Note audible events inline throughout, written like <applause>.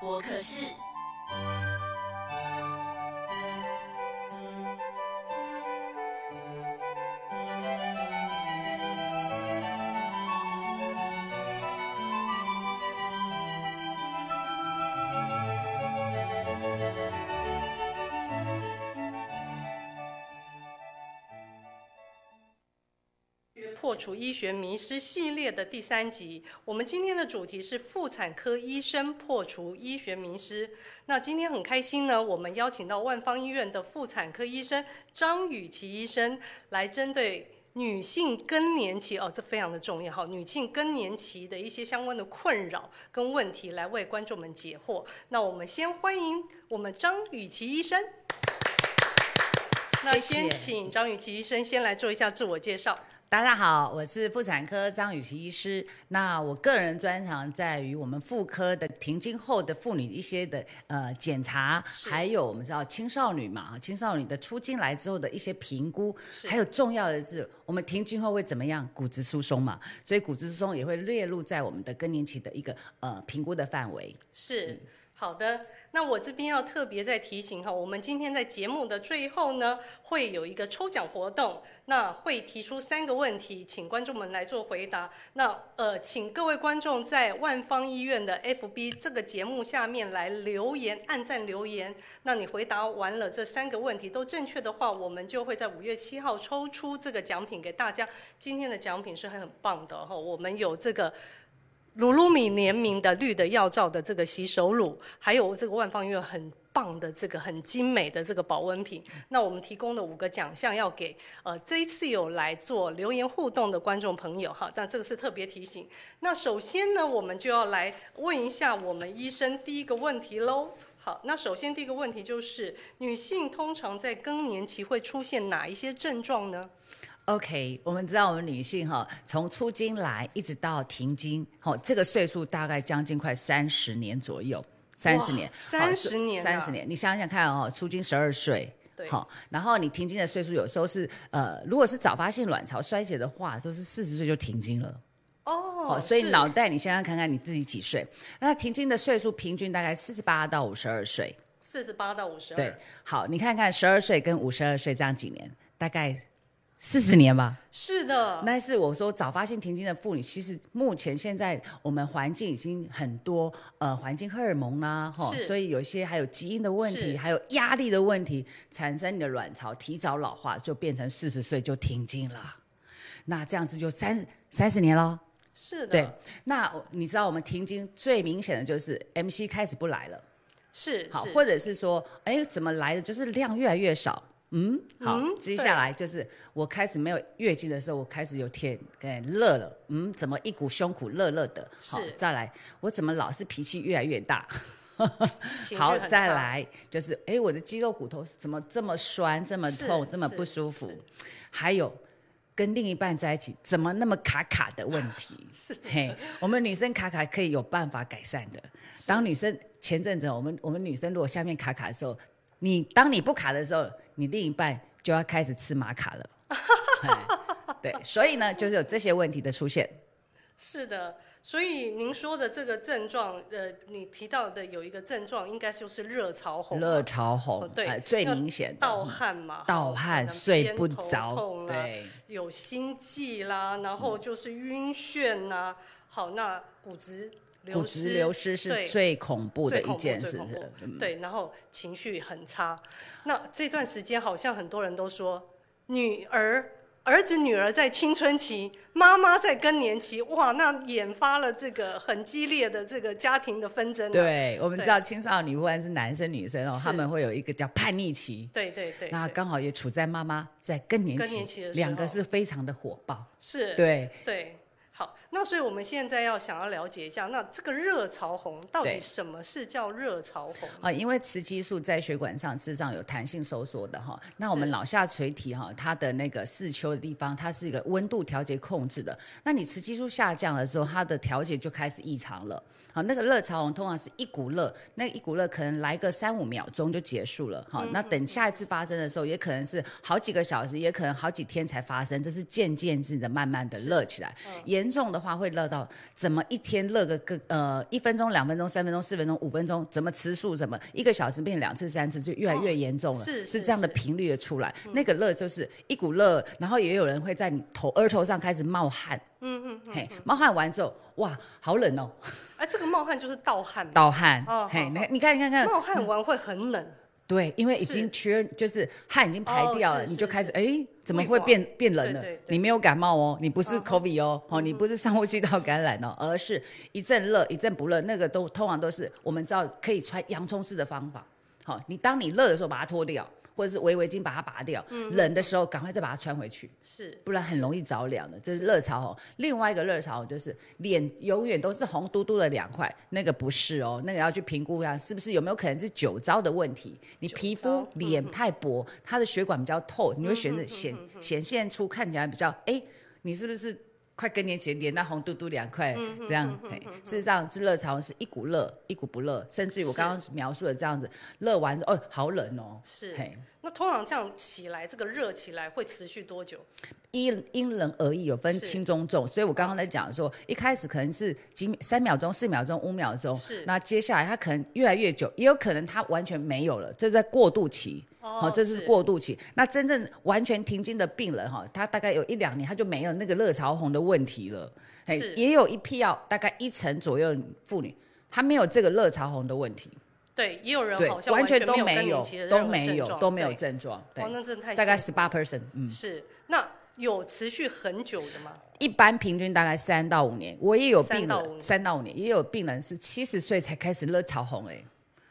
国可是。破除医学迷失系列的第三集，我们今天的主题是妇产科医生破除医学迷失。那今天很开心呢，我们邀请到万方医院的妇产科医生张雨绮医生来针对女性更年期哦，这非常的重要哈，女性更年期的一些相关的困扰跟问题来为观众们解惑。那我们先欢迎我们张雨绮医生。那先请张雨绮医生先来做一下自我介绍。大家好，我是妇产科张雨绮医师。那我个人专长在于我们妇科的停经后的妇女一些的呃检查，是还有我们知道青少女嘛，青少女的出经来之后的一些评估，是还有重要的是我们停经后会怎么样，骨质疏松嘛，所以骨质疏松也会列入在我们的更年期的一个呃评估的范围。是。好的，那我这边要特别再提醒哈，我们今天在节目的最后呢，会有一个抽奖活动，那会提出三个问题，请观众们来做回答。那呃，请各位观众在万方医院的 FB 这个节目下面来留言，按赞留言。那你回答完了这三个问题都正确的话，我们就会在五月七号抽出这个奖品给大家。今天的奖品是很棒的哈，我们有这个鲁鲁米联名的绿的药皂的这个洗手乳，还有这个万方医院很棒的这个很精美的这个保温瓶。那我们提供了五个奖项要给呃这一次有来做留言互动的观众朋友哈，但这个是特别提醒。那首先呢，我们就要来问一下我们医生第一个问题喽。好，那首先第一个问题就是，女性通常在更年期会出现哪一些症状呢？ OK，我们知道我们女性哈，从出经来一直到停经，哈，这个岁数大概将近快三十年左右，三十年， 30年啊三十年，你想想看哦，出经十二岁。对好，然后你停经的岁数有时候是，呃，如果是早发性卵巢衰竭的话，都是四十岁就停经了。哦哦，所以是脑袋你想想看看你自己几岁？那停经的岁数平均大概四十八到五十二岁。四十八到五十对二，，好，你看看十二岁跟五十二岁这样几年，大概四十年吧。是的，但是我说早发性停经的妇女，其实目前现在我们环境已经很多呃环境荷尔蒙啊，哈，是所以有一些还有基因的问是题，还有压力的问题，产生你的卵巢提早老化，就变成四十岁就停经了。那这样子就三三十年喽。是的，对，那我你知道我们停经最明显的就是 MC 开始不来了。是好，是或者是说，哎，怎么来的？就是量越来越少。嗯，好，嗯接下来就是我开始没有月经的时候，我开始有天哎热了，嗯，怎么一股胸苦热热的？好是，再来，我怎么老是脾气越来越大？情绪好，很差再来就是，哎，我的肌肉骨头怎么这么酸，这么是痛，这么是不舒服是？还有跟另一半在一起怎么那么卡卡的问 <laughs> 题？是，嘿，我们女生卡卡可以有办法改善的。当女生前阵子，哦我们我们女生如果下面卡卡的时候，你当你不卡的时候，你另一半就要开始吃玛 <laughs> 卡了。嘿对，所以呢，就是有这些问题的出现。是的。所以您说的这个症状，呃，你提到的有一个症状，应该就是热潮红嘛，热潮红，哦对呃最要明显的盗汗嘛，盗汗、睡不偏头着，痛啦，对。嗯有心悸啦，然后就是晕眩呐、好，那骨质流失，骨质流失是对最恐怖的最一恐怖件最事恐怖，嗯对，然后情绪很差。那这段时间好像很多人都说，女儿、儿子、女儿在青春期，妈妈在更年期，哇，那引发了这个很激烈的这个家庭的纷争、啊。对，我们对知道青少年不管是男生女生哦，是他们会有一个叫叛逆期，对对对，那对刚好也处在妈妈在更年更期，年期的时两个候是非常的火爆。是，对，对。好，那所以我们现在要想要了解一下，那这个热潮红到底对什么是叫热潮红？啊，因为雌激素在血管上事实上有弹性收缩的哈。那我们是脑下垂体哈，它的那个视丘的地方，它是一个温度调节控制的。那你雌激素下降了之后，它的调节就开始异常了。好，那个热潮红通常是一股热，那一股热可能来个三五秒钟就结束了哈。那等下一次发生的时候，也可能是好几个小时，也可能好几天才发生，这是渐渐制的、慢慢的热起来。严重的话，会乐到怎么一天乐个个呃一分钟、两分钟、三分钟、四分钟、五分钟，怎么次数怎么一个小时变两次、三次，就越来越严重了。哦是是这样的是嗯频率的出来，那个乐就是一股乐，然后也有人会在你头额头上开始冒汗，嗯嗯，嘿，冒汗完之后，哇，好冷哦，啊，这个冒汗就是盗汗嘛，盗汗哦，嘿好，那你看你看看，冒汗完会很冷，对，因为已是经缺，就是汗已经排哦掉了，是你是就开始是哎，怎么胃会管变变冷对了？对对你没有感冒哦，你不是嗯哼 COVID 哦，哦，你不是上呼吸道感染哦，而是一阵热一阵不热，那个都通常都是我们知道可以穿洋葱式的方法。好、你当你热的时候把它脱掉，或者是围围巾把它拔掉，嗯冷的时候赶快再把它穿回去。是不然很容易着凉的，这是热潮哦。另外一个热潮就是脸永远都是红嘟嘟的两块，那个不是哦，那个要去评估一下是不是有没有可能是酒糟的问题。你皮肤糟嗯脸太薄，它的血管比较透，你会显得显显现出看起来比较哎，你是不是？快更年前脸那红嘟嘟两块，嗯这样，嘿事实上是热潮是一股热一股不热，甚至于我是刚刚描述的这样子，热完之后哦好冷哦，是。嘿，那通常这样起来，这个热起来会持续多久？因因人而异，有分是轻中重，所以我刚刚在讲说，一开始可能是几三秒钟、四秒钟、五秒钟，是那接下来它可能越来越久，也有可能它完全没有了，这在过渡期。哦好、这哦是过渡期。那真正完全停经的病人哈，他大概有一两年他就没有那个热潮红的问题了。嘿是也有一批哦，大概一成左右的妇女，她没有这个热潮红的问题，对，也有人对好，像完全都没没有更年有期的，都任何没症有，状都没有对症状，对哇，，那真的太大概幸十八 percent，嗯福。是那有持续很久的吗？一般平均大概三到五年，我也有三病到五年人三到五年，也有病人是七十岁才开始热潮红哎、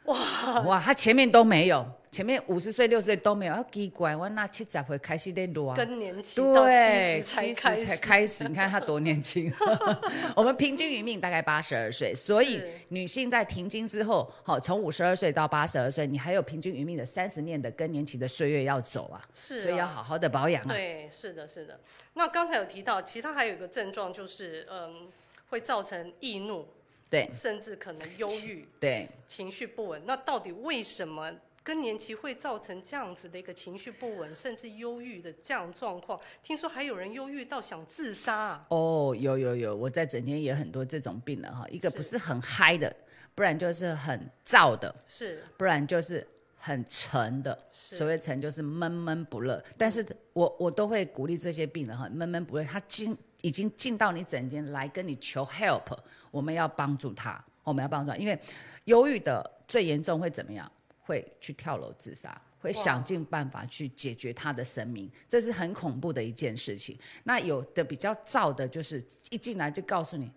哇哇，他前面都没有，前面五十岁六十岁都没有，啊奇怪，我那七十岁开始在热啊。更年期到对，七七十十才才开始，开始，你看他多年轻。 <laughs> 我们平均余命大概八十二岁，所以是女性在停经之后，好，从五十二岁到八十二岁，你还有平均余命的三十年的更年期的岁月要走啊，是所以要啊好好的保养啊。对，是的，是的。那刚才有提到，其他还有一个症状就是，嗯，会造成易怒，对甚至可能忧郁、对，情绪不稳。那到底为什么更年期会造成这样子的一个情绪不稳，甚至忧郁的这样状况？听说还有人忧郁到想自杀、啊，哦，有有有，我在整间也很多这种病人哈，一个是不是很嗨的，不然就是很燥的，是不然就是很沉的。是所谓沉就是闷闷不乐，但是我我都会鼓励这些病人哈，闷闷不乐，他进已经进到你诊间来跟你求 help，我们要帮助他，我们要帮助他，因为忧郁的最严重会怎么样？会去跳楼自杀，会想尽办法去解决他的生命，这是很恐怖的一件事情。那有的比较燥的，就是一进来就告诉你，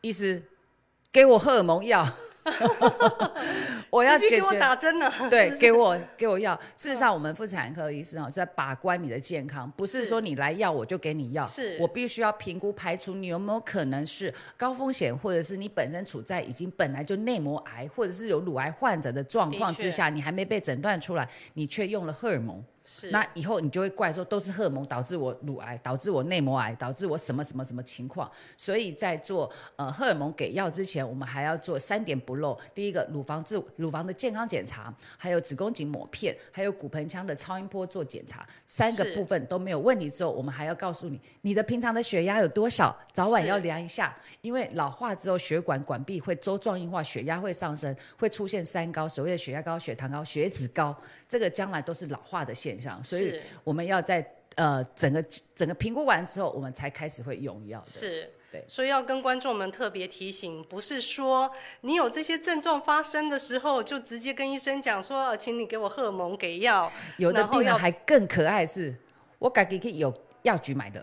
医师给我荷尔蒙药， <laughs> 我要自己解给我决。打针了、啊，对，给我给我药。事实上，我们妇产科医生哦，在把关你的健康，不是是说你来要我就给你药，是我必须要评估排除你有没有可能是高风险，或者是你本身处在已经本来就内膜癌或者是有乳癌患者的状况的确之下，你还没被诊断出来，你却用了荷尔蒙，是那以后你就会怪说都是荷尔蒙导致我呃乳癌，导致我内膜癌，导致我什么什么什么情况。所以在做呃荷尔蒙给药之前，我们还要做三点不漏：第一个，乳房自乳房的健康检查，还有子宫颈抹片，还有骨盆腔的超音波做检查，三个是部分都没有问题之后，我们还要告诉你你的平常的血压有多少，早晚是要量一下，因为老化之后血管管壁会周状硬化，血压会上升，会出现三高，所谓的血压高、血糖高、血脂高，这个将来都是老化的现象，所以是我们要在呃整个整个评估完之后，我们才开始会用药的。是，对所以要跟观众们特别提醒，不是说你有这些症状发生的时候，就直接跟医生讲说，呃请你给我荷尔蒙给药，有的然后病人要还更可爱是，我感觉可以有药局买的，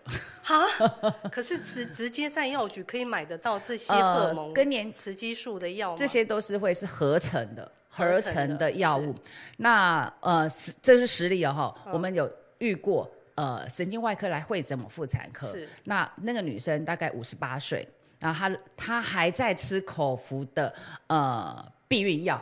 哦可是直直接在药局可以买得到这些荷尔蒙、呃更年雌激素的药吗？这些都是会是合成的合合成的成的药物。那呃，实这是实例哦哈，我们有遇过呃神经外科来会诊我妇产科是，那那个女生大概五十八岁，然后她她还在吃口服的呃避孕药，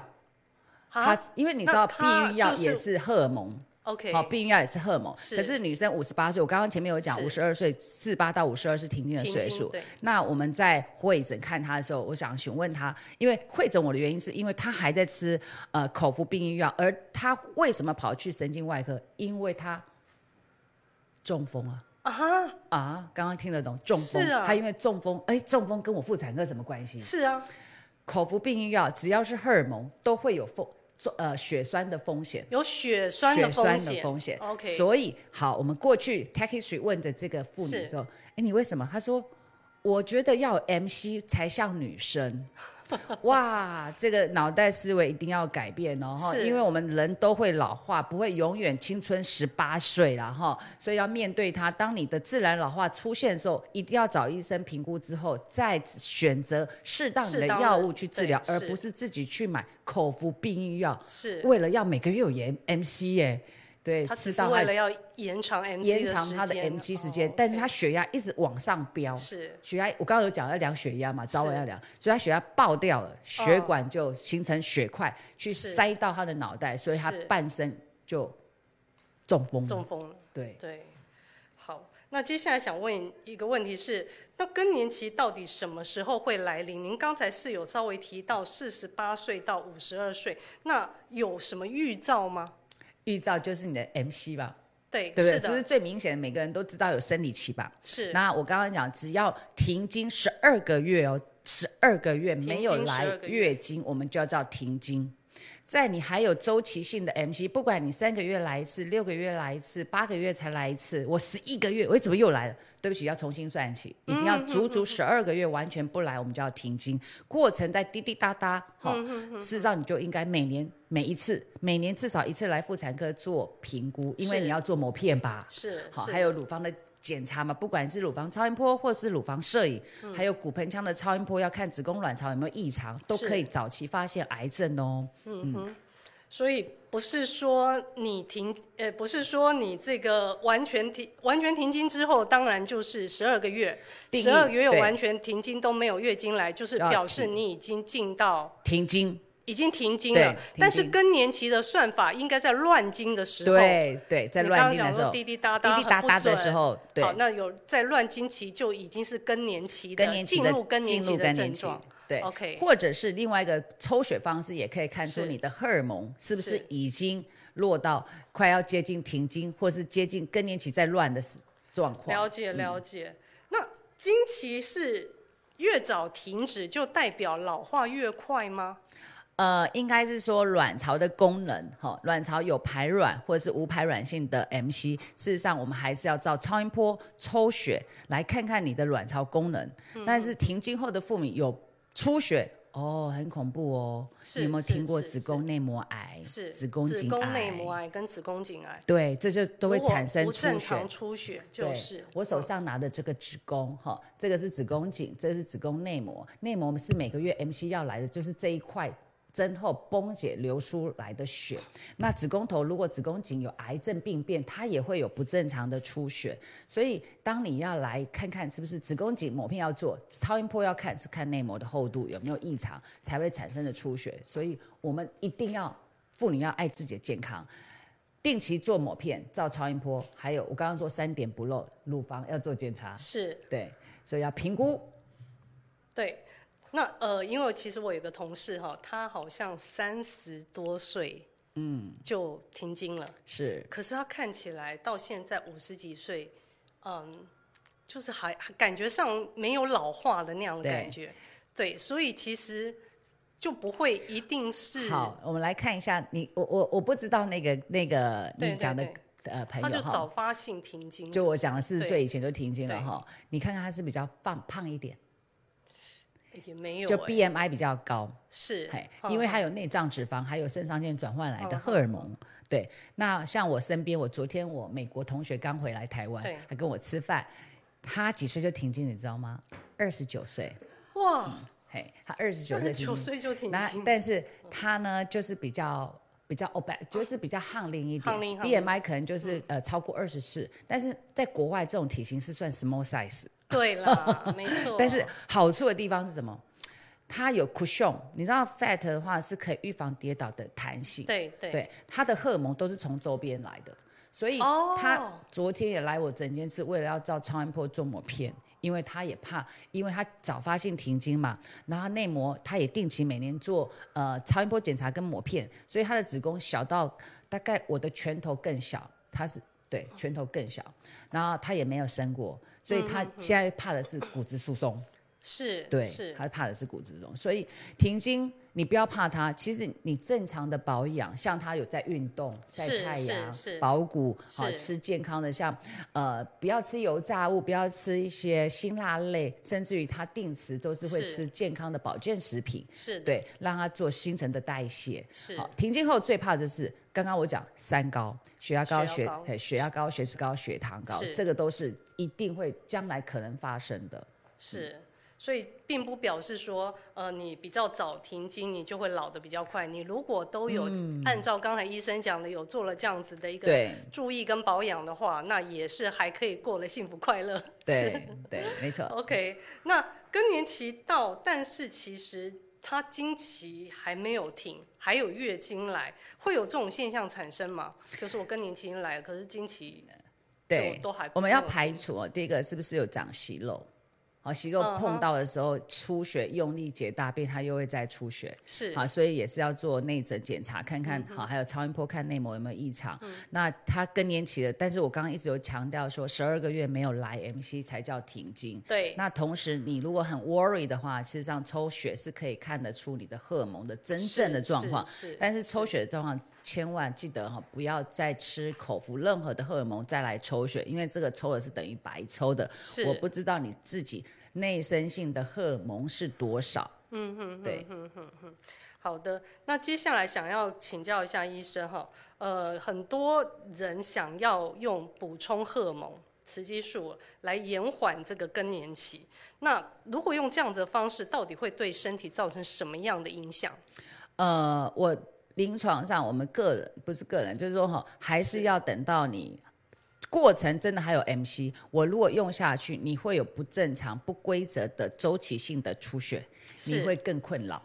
她啊因为你那知道避她孕药就是也是荷尔蒙。 ，OK，好，避孕药也是荷尔蒙。是可是女生五十八岁，我刚刚前面有讲，是五十二岁四八到五十二是停经的停岁经数对。那我们在会诊看她的时候，我想询问她，因为会诊我的原因是因为她还在吃呃口服避孕药，而她为什么跑去神经外科？因为她中风啊，啊，啊，刚刚听得懂中风，是啊他因为中风，哎，中风跟我妇产科什么关系？是啊，口服避孕药只要是荷尔蒙都会有风，中呃血栓的风险。有血栓的血风栓险。的风险 OK 所以好，我们过去 t a k i s h 问的这个妇是女之后，哎，你为什么？她说，我觉得要有 MC 才像女 <laughs> 生。哇，这个脑袋思维一定要改变哦，哈，是因为我们人都会老化，不会永远青春十八岁啦，哈，所以要面对它。当你的自然老化出现的时候，一定要找医生评估之后，再选择适当适的当的药物去治疗，对而是不是自己去买口服避孕药。是，为了要每个月有延 MC 耶、对，他只吃是到为他了要延长 MC 延长他的的哦 MC 时间，但是他血压一直往上飙。是血压，我刚刚有讲要量血压嘛，早晚是哦要量，所以他血压爆掉了，血管就形成血块，去是塞到他的脑袋，所以他是半身就中风了。中风了。对，对，好，那接下来想问一个问题是，那更年期到底什么时候会来临？您刚才是有稍微提到四十八岁到五十二岁，那有什么预兆吗？预兆就是你的 MC 吧，对，对不对？是这是的，最明显的，每个人都知道有生理期吧。是那我刚刚讲，只要停经十二个月哦，十二个月停没有经来12个月月经，我们就要叫停经。在你还有周期性的 MC，不管你三个月来一次、六个月来一次、八个月才来一次，我十一个月，我怎么又来了？对不起，要重新算起，一定要足足十二个月完全不来，我们就要停经。过程在滴滴答答，哈、事实上你就应该每年每一次，每年至少一次来妇产科做评估，因为是你要做膜片吧。是好，是还有乳房的检查嘛，不管是乳房超音波或是乳房摄影，嗯还有骨盆腔的超音波，要看子宫卵巢有没有异常，都是可以早期发现癌症哦。所以不是说你停，呃，不是说你这个完全停完全停经之后，当然就是十二个月，定义十二个月对完全停经都没有月经来，就是要表示停你已经进到停经，已经停经对了停。但是经更年期的算法应该在乱经的时候，对对，在你乱刚刚经讲的时说候，滴滴答答滴滴答答很不的准时候，对好，，那有在乱经期就已经是更年期的更年期进的入更年进期入的更症年期状。。对 OK 或者是另外一个抽血方式，也可以看出是你的荷尔蒙是不是是已经落到快要接近停经，或是接近更年期在乱的时状况。了解了解。那经期是越早停止，就代表老化越快吗？呃，应该是说卵巢的功能，哈、卵巢有排卵或者是无排卵性的 MC，事实上我们还是要照超音波抽血来看看你的卵巢功能。嗯但是停经后的妇女有出血。哦，很恐怖哦！是你有没有是听过是子是宫内膜癌？是子宫子颈宫癌、内膜癌跟子宫颈癌对，这就都会如果产生不出正血常。出血，就对是我手上拿的这个子宫，哈、这个是子宫颈，这是子宫内膜，内膜是每个月 MC 要来的，就是这一块针后崩解流出来的血。那子宫头如果子宫颈有癌症病变，它也会有不正常的出血。所以当你要来看看是不是子宫颈抹片要做，超音波要看是看内膜的厚度有没有异常，才会产生的出血。所以我们一定要妇女要爱自己的健康。定期做抹片、照超音波，还有我刚刚说三点不漏，乳房要做检查，嗯是对，所以要评估。对，那呃，因为其实我有个同事哈、他好像三十多岁，嗯，就停经了，是可是他看起来到现在五十几岁，嗯，就是还感觉上没有老化的那样的对感觉，对，所以其实就不会一定是，好，我们来看一下你，我我我不知道那个那个对你讲的对呃朋他就友早哈，发性停经，就我讲的四十对岁以前就停经了对哈，你看看他是比较胖胖一点，也没有、就哎 BMI 比较高，是嘿，，嗯因为嗯它有内脏脂肪，还有肾上腺转换来的嗯荷尔蒙。对，那像我身边，我昨天我美国同学刚回来台湾对，他跟我吃饭，他几岁就停经，你知道吗？二十九岁，哇，嘿，他二十九二十岁停九嗯经。岁就停那经，但是他呢，就是比较比较 o b 就是比较哦胖龄一点胖龄胖龄，BMI 可能就是、嗯呃超过二十四，但是在国外这种体型是算 small size。对 <laughs> 啦，没错，但是好处的地方是什么？它有 cushion，你知道 fat 的话是可以预防跌倒的弹性。对对它的荷尔蒙都是从周边来的，所以哦他昨天也来我诊间是为了要照超音波做抹片，因为他也怕，因为他早发性停经嘛，然后内膜他也定期每年做呃超音波检查跟抹片，所以他的子宫小到大概我的拳头更小，他是对，拳头更小，然后他也没有生过，所以嗯他现在怕的是骨质疏松，是，对，是，他怕的是骨质疏松，所以停经你不要怕它，其实你正常的保养，像他有在运动、晒是太是阳是、保骨，好、是吃健康的，像呃不要吃油炸物，不要吃一些辛辣类，甚至于他定时都是会是吃健康的保健食品，是的，对，让他做新陈的代谢。是好，嗯停经后最怕的就是刚刚我讲三高，血压高、血血压高嘿血压高、血脂高、血糖高是，这个都是一定会将来可能发生的。是。所以并不表示说，呃，你比较早停经，你就会老得比较快。你如果都有按照刚才医生讲的，有做了这样子的一个嗯对注意跟保养的话，那也是还可以过得幸福快乐。 <laughs> 对对，没错。 OK，那更年期到，但是其实她经期还没有停，还有月经来，会有这种现象产生吗？就是我更年期已经来了，可是经期对就，都还不我们要够排除哦，第一个是不是有长息肉？好，息肉嗯哼碰到的时候出血，用力解大便，它又会再出血。是嗯好，所以也是要做内诊检查，看看好，还有超音波看内膜有没有异常。那它更年期的，但是我刚刚一直有强调说，十二个月没有来 MC 才叫停经。对那同时，你如果很 worry 的话，事实上抽血是可以看得出你的荷尔蒙的真正的状况。是是但是抽血的状况，千万记得哈、不要再吃口服任何的荷尔蒙再来抽血，因为这个抽的是等于白抽的。是我不知道你自己内生性的荷尔蒙是多少。嗯哼，对，好的，那接下来想要请教一下医生哈，呃，很多人想要用补充荷尔蒙、雌激素来延缓这个更年期，那如果用这样子的方式，到底会对身体造成什么样的影响？呃，我临床上我们个人不是个人，就是说哈，还是是要等到你过程真的还有 MC，我如果用下去，你会有不正常、不规则的周期性的出血，你是会更困扰。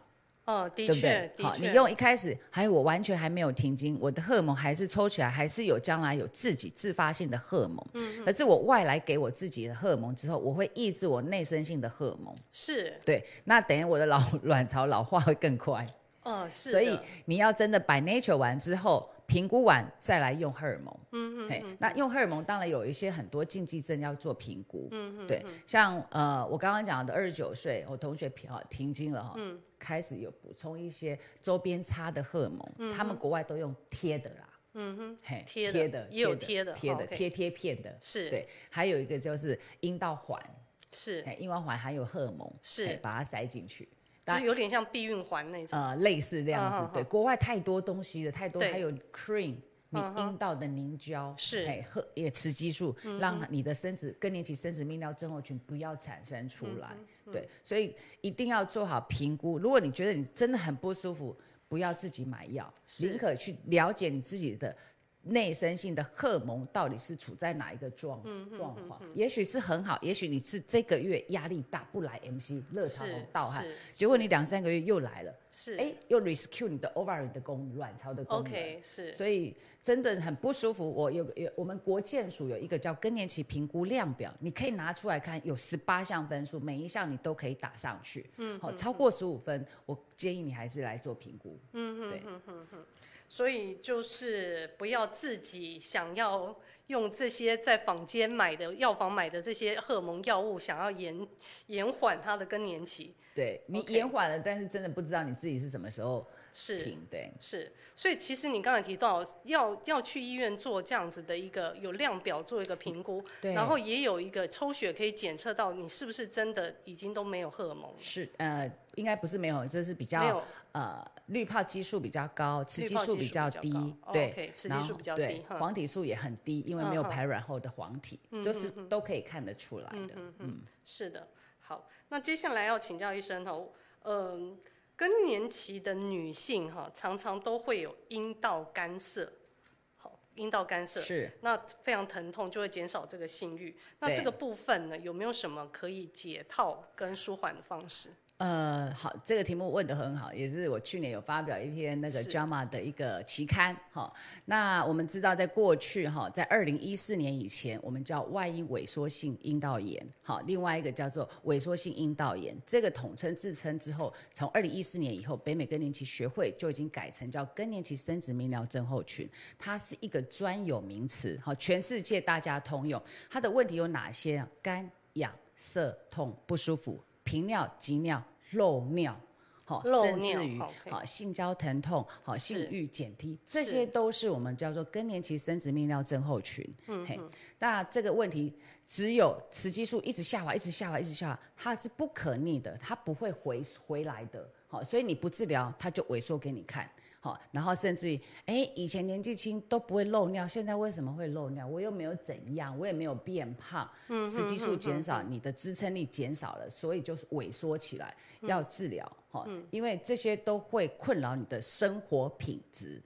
嗯，的对不确对，？的好，确，你用一开始，还有我完全还没有停经，我的荷尔蒙还是抽起来，还是有将来有自己自发性的荷尔蒙。嗯，可是我外来给我自己的荷尔蒙之后，我会抑制我内生性的荷尔蒙。是，对，那等于我的老 <laughs> 卵巢老化会更快。呃，是所以的你要真的 by nature 完之后。评估完再来用荷尔蒙，嗯嗯，那用荷尔蒙当然有一些很多禁忌症要做评估，嗯嗯，对，像呃我刚刚讲的二十九岁，我同学停啊停经了哈，开始有补充一些周边擦的荷尔蒙，嗯他们国外都用贴的啦，嗯哼，嘿，贴的的也有贴贴的贴哦的，OK 贴贴片的，是对，还有一个就是阴道环，是，嘿阴道环含有荷尔蒙，是嘿把它塞进去，就是有点像避孕环那种，呃，类似这样子。嗯哼对，国外太多东西了，太多，对嗯还有 cream。你阴道的凝胶是嗯嘿喝也雌激素，让你的生殖更年期生殖泌尿症候群不要产生出来。嗯对，所以一定要做好评估。如果你觉得你真的很不舒服，不要自己买药，是宁可去了解你自己的内生性的荷尔蒙到底是处在哪一个状嗯状况。也许是很好，也许你是这个月压力大不来 MC 热潮是红盗汗是，结果你两三个月又来了。是哎，又 rescue 你的 ovary 的功能，卵巢的功能。 ，OK，是，所以真的很不舒服。我有有我们国健署有一个叫更年期评估量表，你可以拿出来看，有十八项分数，每一项你都可以打上去。嗯，好、超过十五分，我建议你还是来做评估。所以就是不要自己想要用这些在坊间买的药房买的这些荷尔蒙药物，想要延延缓它的更年期。对你 OK 延缓了，但是真的不知道你自己是什么时候是停。对，是，所以其实你刚才提到要要去医院做这样子的一个有量表做一个评估，对然后也有一个抽血可以检测到你是不是真的已经都没有荷尔蒙了，是呃，应该不是没有，就是比没有较呃滤泡激素比较高，雌滤激泡素激比素较比较低，高哦对， ，OK，雌激然素后比较对低嗯哈黄体素也很低，因为没有排卵后的黄体，嗯就是都可以看得出来的。是的，好，那接下来要请教医生哦，嗯、更年期的女性哈、常常都会有阴道干涩，好，阴道干涩，是那非常疼痛，就会减少这个性欲。那对这个部分呢，有没有什么可以解套跟舒缓的方式？呃，好，这个题目问得很好，也是我去年有发表一篇那个是 JAMA 的一个期刊。哈、那我们知道，在过去哈、在二零一四年以前，我们叫外阴萎缩性阴道炎，好，另外一个叫做萎缩性阴道炎，这个统称自称之后，从二零一四年以后，北美更年期学会就已经改成叫更年期生殖泌尿症候群，它是一个专有名词，好，全世界大家通用。它的问题有哪些啊？干、痒、涩、痛、不舒服、频尿、急尿、漏尿，好、漏甚尿至于好、 ，OK 性交疼痛、好、性欲减低，这是些都是我们叫做更年期生殖泌尿症候群。嗯嘿，那这个问题只有雌激素一直下滑，一直下滑，一直下滑，它是不可逆的，它不会回回来的。好、所以你不治疗，它就萎缩给你看。好、然后甚至于，哎，以前年纪轻都不会漏尿，现在为什么会漏尿？我又没有怎样，我也没有变胖，雌激素减少，你的支撑力减少了，所以就是萎缩起来，要治疗。好、因为这些都会困扰你的生活品质。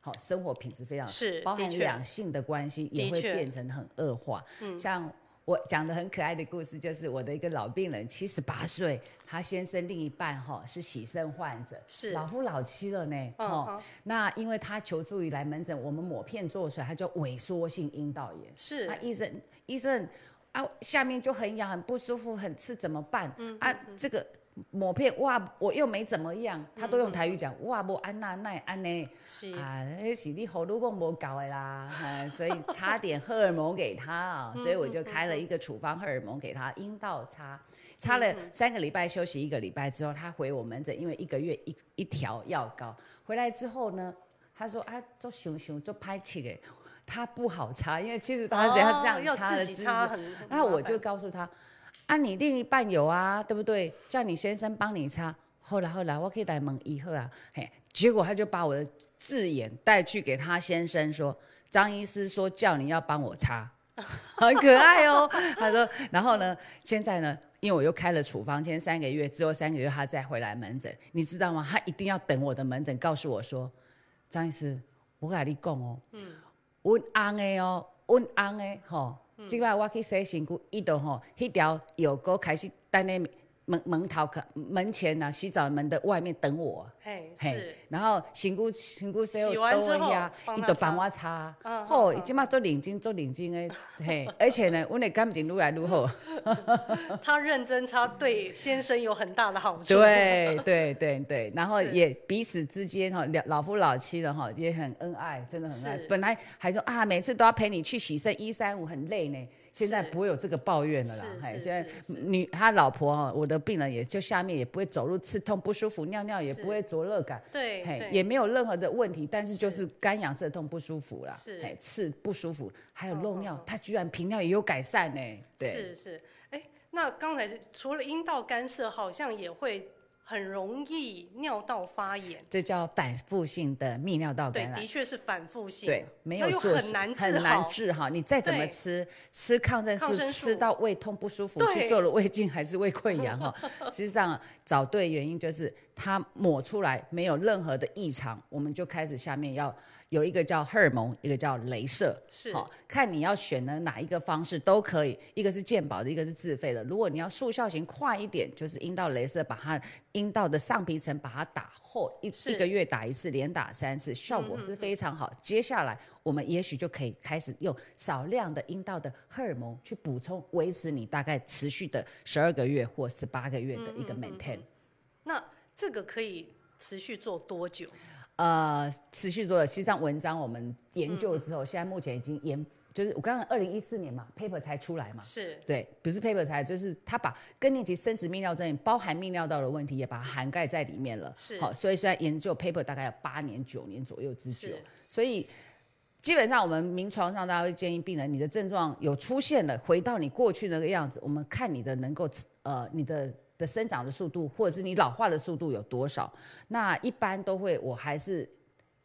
好，生活品质非常是啊包的含确两性的关系也的会确嗯变成很恶化。像我讲的很可爱的故事，就是我的一个老病人，七十八岁，他先生另一半哈、是洗肾患者，是老哦夫老妻了呢。嗯哦好，那因为他求助于来门诊，我们抹片做出来，他叫萎缩性阴道炎。是那医生医生啊，下面就很痒、很不舒服、很刺，怎么办？嗯啊，这个抹片哇，我又没怎么样，他嗯都用台语讲、哇，我安娜奈安呢。是啊，那是你喉咙泵无搞的啦， <laughs> 哎所以差点荷尔蒙给他啊，嗯所以我就开了一个处方荷尔蒙给他，阴道擦，擦嗯了三个礼拜，休息一个礼拜之后，他回我门诊，因为一个月一一条药膏，回来之后呢，他说啊，做熊熊做拍起来，他不好擦，因为其实他只要这哦要样擦自了己之擦后，很，很那我麻烦就告诉他，啊，你另一半有啊，对不对？叫你先生帮你擦。后来后来，我可以来蒙一赫啊，嘿，结果他就把我的字眼带去给他先生说，张医师说叫你要帮我擦， <laughs> 很可爱哦。他说，然后呢，现在呢，因为我又开了处方签三个月，之后三个月他再回来门诊，你知道吗？他一定要等我的门诊告诉我说，张医师，我跟你讲哦，阮翁的哦，阮翁的吼，嗯即摆我去洗身躯，伊就吼，迄条药膏开始等咧门门头口门前呐、啊，洗澡门的外面等我。啊嘿嘿是，然后身躯身躯洗洗完之后呀，帮伊他就擦帮我擦嗯，好，嗯伊即马做认真做认真的，嘿，而且呢，阮的感情愈来愈好。他认真擦对先生有很大的好处。，对对对对，然后是也彼此之间哈，老老夫老妻了哈，也很恩爱，真的很爱是。本来还说啊，每次都要陪你去洗肾一三五很累呢，现在是不会有这个抱怨了啦是。嘿是现在是是女他老婆哈，我的病人也就下面也不会走路刺痛不舒服，尿尿也是不会灼热感。对嘿对，也没有任何的问题，但是就是是肝阳涩痛不舒服啦是，嘿，刺不舒服，还有嗯漏嗯尿嗯，他居然频尿也有改善呢。对，是是，哎，那刚才是除了阴道干涩，好像也会很容易尿道发炎。这叫反复性的泌尿道对感，染的。确是反复性。对，没那有又做很事难治很难好治好。你再怎么对吃，吃抗生抗素，生素吃到胃痛不舒服，对去做了胃镜还是胃溃 <laughs> 疡哈。实际上找对原因就是它抹出来没有任何的异常，我们就开始下面要有一个叫荷尔蒙，一个叫镭射。是好、看你要选的哪一个方式都可以，一个是健保的，一个是自费的。如果你要速效型快一点，就是阴道镭射，把它阴道的上皮层把它打厚，一是嗯一个月打一次，连打三次，效果是非常好。接下来我们也许就可以开始用少量的阴道的荷尔蒙去补充，维持你大概持续的十二个月或十八个月的一嗯个 maintain。那这个可以持续做多久？呃，持续做的。实际上，文章我们研嗯究之后，现在目前已经研，就是我刚刚二零一四年嘛，paper 才出来嘛，是对，不是 paper 才，就是他把更年期生殖泌尿症包含泌尿道的问题，也把它涵盖在里面了。是好，所以虽然研究 paper 大概有八年、九年左右之久是，所以基本上我们临床上大家会建议病人，你的症状有出现了，回到你过去那个样子，我们看你的能够呃你的。的生长的速度，或者是你老化的速度有多少？那一般都会，我还是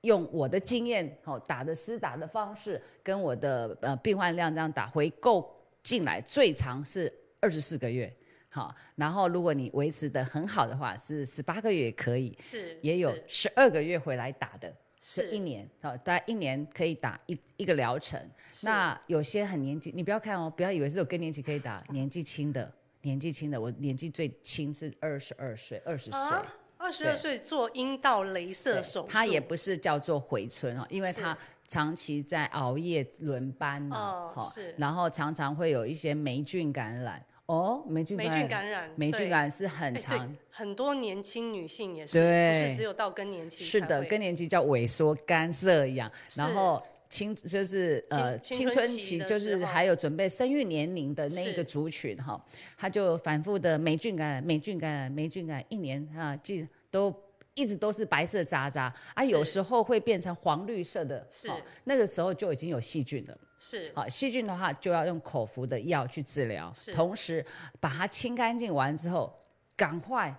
用我的经验，哦，打的施打的方式，跟我的呃病患量这样打回购进来，最长是二十四个月，好，然后如果你维持的很好的话，是十八个月也可以，是也有十二个月回来打的，是一年，好，大概一年可以打一一个疗程。是那有些很年纪，你不要看哦，不要以为只有更年期可以打，年纪轻的年纪轻的，我年纪最轻是二十二岁，二十岁。啊，二十二岁做阴道镭射对手术，他也不是叫做回春哦，因为是他长期在熬夜轮班嘛，哦哈是然后常常会有一些霉菌感染。哦，霉菌霉感菌染，感染，霉对菌感染是很哎常对，很多年轻女性也是，不对是只有到更年期是才的，会更年期叫萎缩肝摄氧，然是后青就是呃青青青春春期期的就时候是还有准备生育年龄的那一个是族群哈，他就反复的霉菌感染、霉菌感染、霉菌感染，一年啊，既都。一直都是白色渣渣啊，有是时候会变成黄绿色的，是哦那个时候就已经有细菌了。是好，细菌的话就要用口服的药去治疗是，同时把它清干净完之后，赶快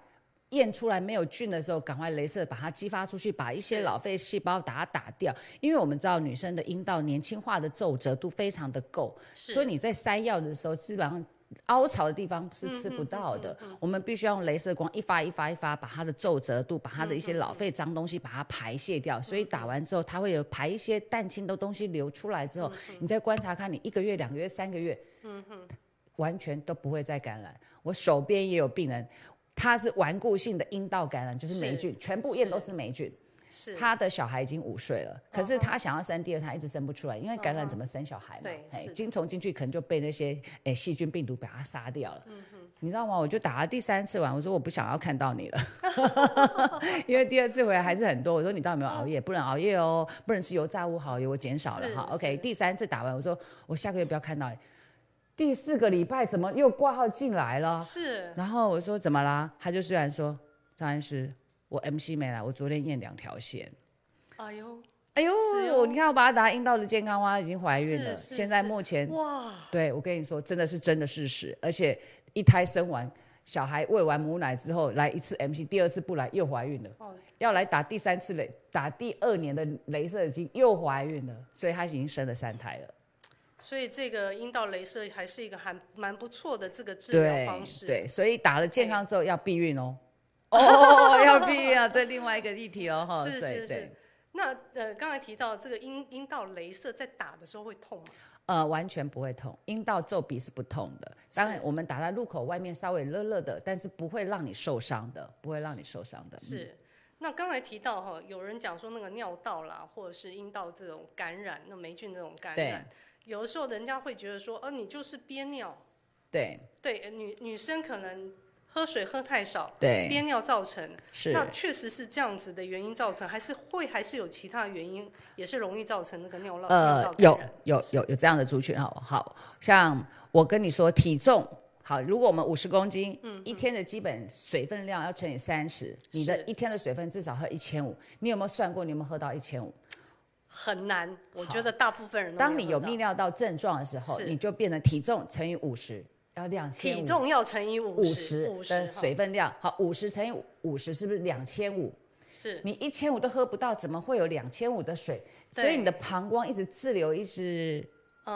验出来没有菌的时候，赶快镭射把它激发出去，把一些是老废细胞把它打掉。因为我们知道女生的阴道年轻化的皱褶度非常的够，是，所以你在塞药的时候，基本上凹槽的地方是吃不到的。嗯我们必须要用镭射光一发一发一发，把它的皱褶度、把它的一些老废脏东西把它排泄嗯掉。所以打完之后，它会有排一些蛋清的东西流出来嗯之后，你再观察看，你一个月、两个月、三个月，完全都不会再感染。我手边也有病人，他是顽固性的阴道感染，就是霉是菌，全部验都是是霉菌。是嗯他的小孩已经五岁了，可是他想要生第二胎，一直生不出来，因为感染怎么生小孩嘛？嗯对嘿是的精虫进去可能就被那些诶细菌病毒把它杀掉了。嗯你知道吗？我就打了第三次完，我说我不想要看到你 <laughs> 了，因为第二次回来还是很多。我说你到底有没有熬夜？不能熬夜哦，不能吃油炸物好油，我减少了是哈。是 OK，第三次打完，我说我下个月不要看到你。第四个礼拜怎么又挂号进来了？是然后我说怎么啦？他就虽然说张安师，我 MC 没来，我昨天验两条线。哎呦哎呦，是哦你看我把它打印到的健康蛙已经怀孕了，是是现在目前，哇对我跟你说，真的是真的事实，而且一胎生完。小孩喂完母奶之后来一次 MC，第二次不来又怀孕了，哦要来打第三次雷，打第二年的镭射已经又怀孕了，所以她已经生了三胎了。所以这个阴道镭射还是一个还蛮不错的这个治疗对方式，对，所以打了健哎康之后要避孕哦，哦要避孕啊，这另外一个议题哦哈，是对是对是。那呃，刚才提到这个阴阴道镭射在打的时候会痛吗？呃，完全不会痛，阴道皱皮是不痛的。当然，我们打在入口外面稍微热热的，但是不会让你受伤的，不会让你受伤的。嗯是。那刚才提到哈，有人讲说那个尿道啦，或者是阴道这种感染，那霉菌这种感对染，有的时候人家会觉得说，呃，你就是憋尿，对对，呃女女生可能喝水喝太少，对，憋尿造成，是那确实是这样子的原因造成，还是会还是有其他原因，也是容易造成那个尿道呃尿道，感有染，有有有这样的族群，好好像我跟你说体重。好，如果我们五十公斤，一天的基本水分量要乘以三十，你的是一天的水分至少喝一千五。你有没有算过？你有没有喝到一千五？很难，我好觉得大部分人都当没你有喝泌到尿道症状的时候，是你就变成体重乘以五十，要两千体重要乘以五五十五十的水分量，好，五十乘以五十是不是两千五？是你一千五都喝不到，怎么会有两千五的水？所以对你的膀胱一直滞留一直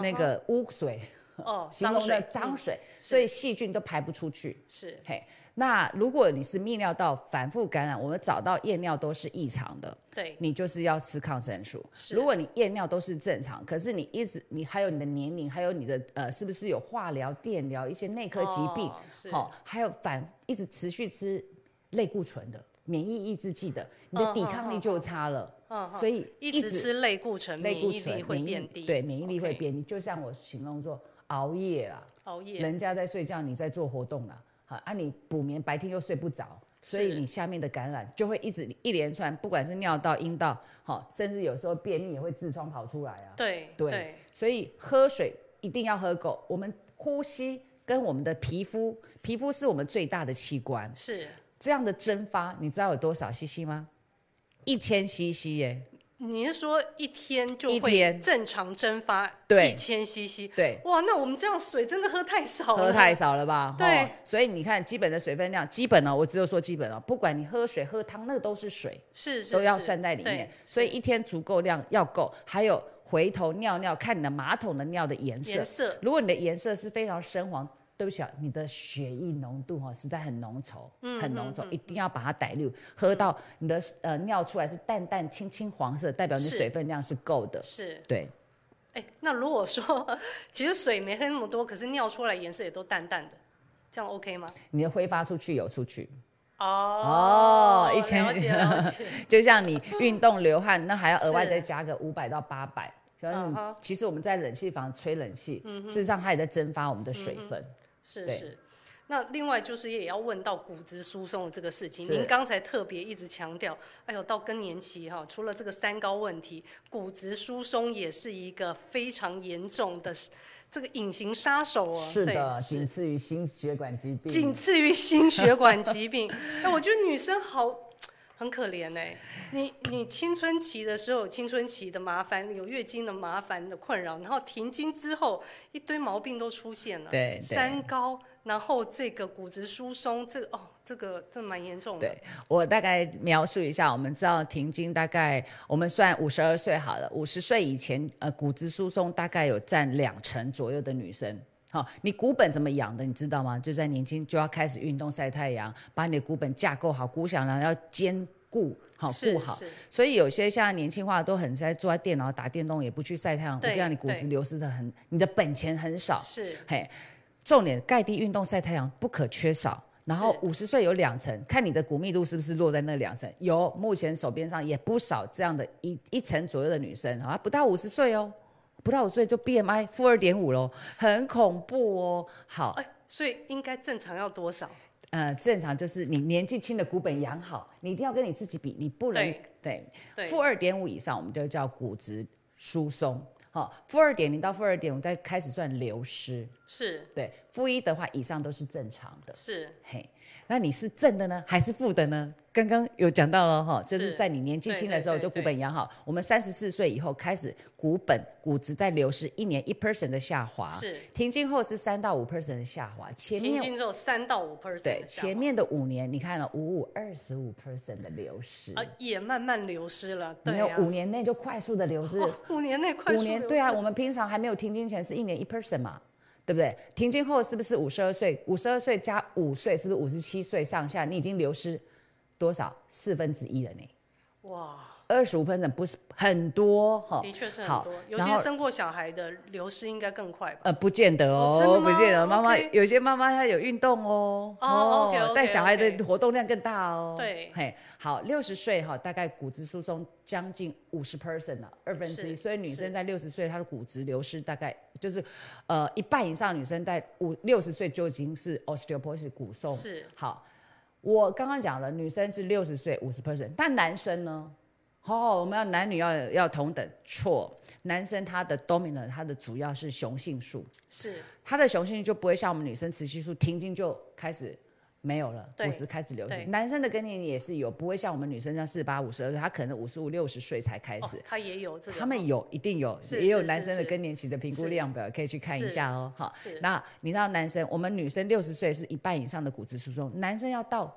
那个污水，哦，形脏容的水脏嗯水，所以细菌都排不出去。是嘿，那如果你是泌尿道反复感染，我们找到夜尿都是异常的，对你就是要吃抗生素。是如果你夜尿都是正常，可是你一直你还有你的年龄，还有你的呃，是不是有化疗、电疗一些内科疾病？哦是好、还有反一直持续吃类固醇的免疫抑制剂的，你的嗯抵哼抗哼力就差了。嗯哼所以一直吃类固醇，类固免疫醇力会免疫变低，对免疫力会 OK，变低。就像我形容说，熬夜啦，熬夜人家在睡觉，你在做活动啦，好啊，你补眠，白天又睡不着，所以是你下面的感染就会一直一连串，不管是尿道、阴道，好，甚至有时候便秘也会痔疮跑出来啊。对对对所以喝水一定要喝够，我们呼吸跟我们的皮肤，皮肤是我们最大的器官，是这样的蒸发，你知道有多少 CC 吗？一千 CC 耶，你是说一天一就天会正常蒸发对一千 CC？对，哇，那我们这样水真的喝太少了，喝太少了吧？对齁所以你看基本的水分量，基本哦，我只有说基本哦，不管你喝水喝汤，那都是水，是是都要是算在里面对，所以一天足够量要够，还有回头尿尿看你的马桶的尿的颜色颜，色如果你的颜色是非常深黄，对不起啊，你的血液浓度哈、哦、实在很浓稠，嗯很浓稠，一定要把它逮入，喝到你的呃尿出来是淡淡青青黄色，代表你是水分量是够的。是对，哎，那如果说其实水没喝那么多，可是尿出来颜色也都淡淡的，这样 OK 吗？你的挥发出去有出去，哦哦以前了解了解，就像你运动流汗，那还要额 <laughs> 外是再加个五百到八百。所以嗯哼嗯其实我们在冷气房吹冷气，事实上它也在蒸发我们的水分。是对是。那另外就是也要问到骨质疏松的这个事情，是您刚才特别一直强调，哎呦，到更年期哈，除了这个三高问题，骨质疏松也是一个非常严重的这个隐形杀手哦、是对的，是仅次于心血管疾病。仅次于心血管疾 <laughs> 病。哎，我觉得女生好很可怜哎、你你青春期的时候有青春期的麻烦，有月经的麻烦的困扰，然后停经之后一堆毛病都出现了，对对三高，然后这个骨质疏松，这个哦，这个这蛮严重的，对我大概描述一下，我们知道停经大概我们算五十二岁好了，五十岁以前呃骨质疏松大概有占两成左右的女生。好、你骨本怎么养的，你知道吗？就在年轻就要开始运动晒太阳，把你的骨本架构好，骨想呢要坚固好是固好。是所以有些像年轻化都很在坐在电脑打电动，也不去晒太阳，对会让你骨对质流失的很，你的本钱很少。是嘿，重点盖地运动晒太阳不可缺少。然后五十岁有两层，看你的骨密度是不是落在那两层。有，目前手边上也不少这样的一一层左右的女生，啊，不到五十岁哦，不到五十岁就 BMI 负二点五喽，很恐怖哦。好，哎，所以应该正常要多少？呃，正常就是你年纪轻的骨本养好，你一定要跟你自己比，你不能对对对负二点五以上，我们就叫骨质疏松。好、负二点零到负二点五再开始算流失。是对，负一的话以上都是正常的。是嘿，那你是正的呢，还是负的呢？刚刚有讲到了哈，就是是在你年纪轻的时候对对就对股本养好，我们三十四岁以后开始股本股值在流失，一年一 percent 的下滑，是停经后是三到五 percent 的下滑，前停面经之后三到五 percent，对前面的五年你看了五五二十五 percent 的流失，啊也慢慢流失了，没对啊有呀、五年内就快速的 <laughs> 流失，哦五年内快速五年流对啊，失我们平常还没有停经前是一年一 person 嘛，对不对？停经后是不是五十二岁？五十二岁加五岁，是不是五十七岁上下？你已经流失多少？四分之一了呢？哇。二十五 person 不是很多哈？的确是很好多，尤然其后是生过小孩的流失应该更快吧？呃，不见得哦哦，真的吗不见得。妈妈 OK 有些妈妈她有运动哦，哦 OK，OK，带小孩 OK 的活动量更大哦。对嘿，好，六十岁哈，大概骨质疏松将近五十 percent 了，二分之一。是所以女生是在六十岁，她的骨质流失大概就是，呃，一半以上女生在五六十岁就已经是 osteoporosis 骨松。是好，我刚刚讲了，女生是六十岁五十 percent，但男生呢？哦，我们要男女要要同等，错。男生他的 dominant，他的主要是雄性素，是他的雄性就不会像我们女生雌激素停经就开始没有了，对骨质开始流对失。男生的更年期也是有，不会像我们女生这样四八五十二，他可能五十五六十岁才开哦始。，他也有这个，哦他们有，一定有，是也有是男是生的是更年期的评估是量表，可以去看一是下哦。好是，那你知道男生，我们女生六十岁是一半以上的骨质疏松，男生要到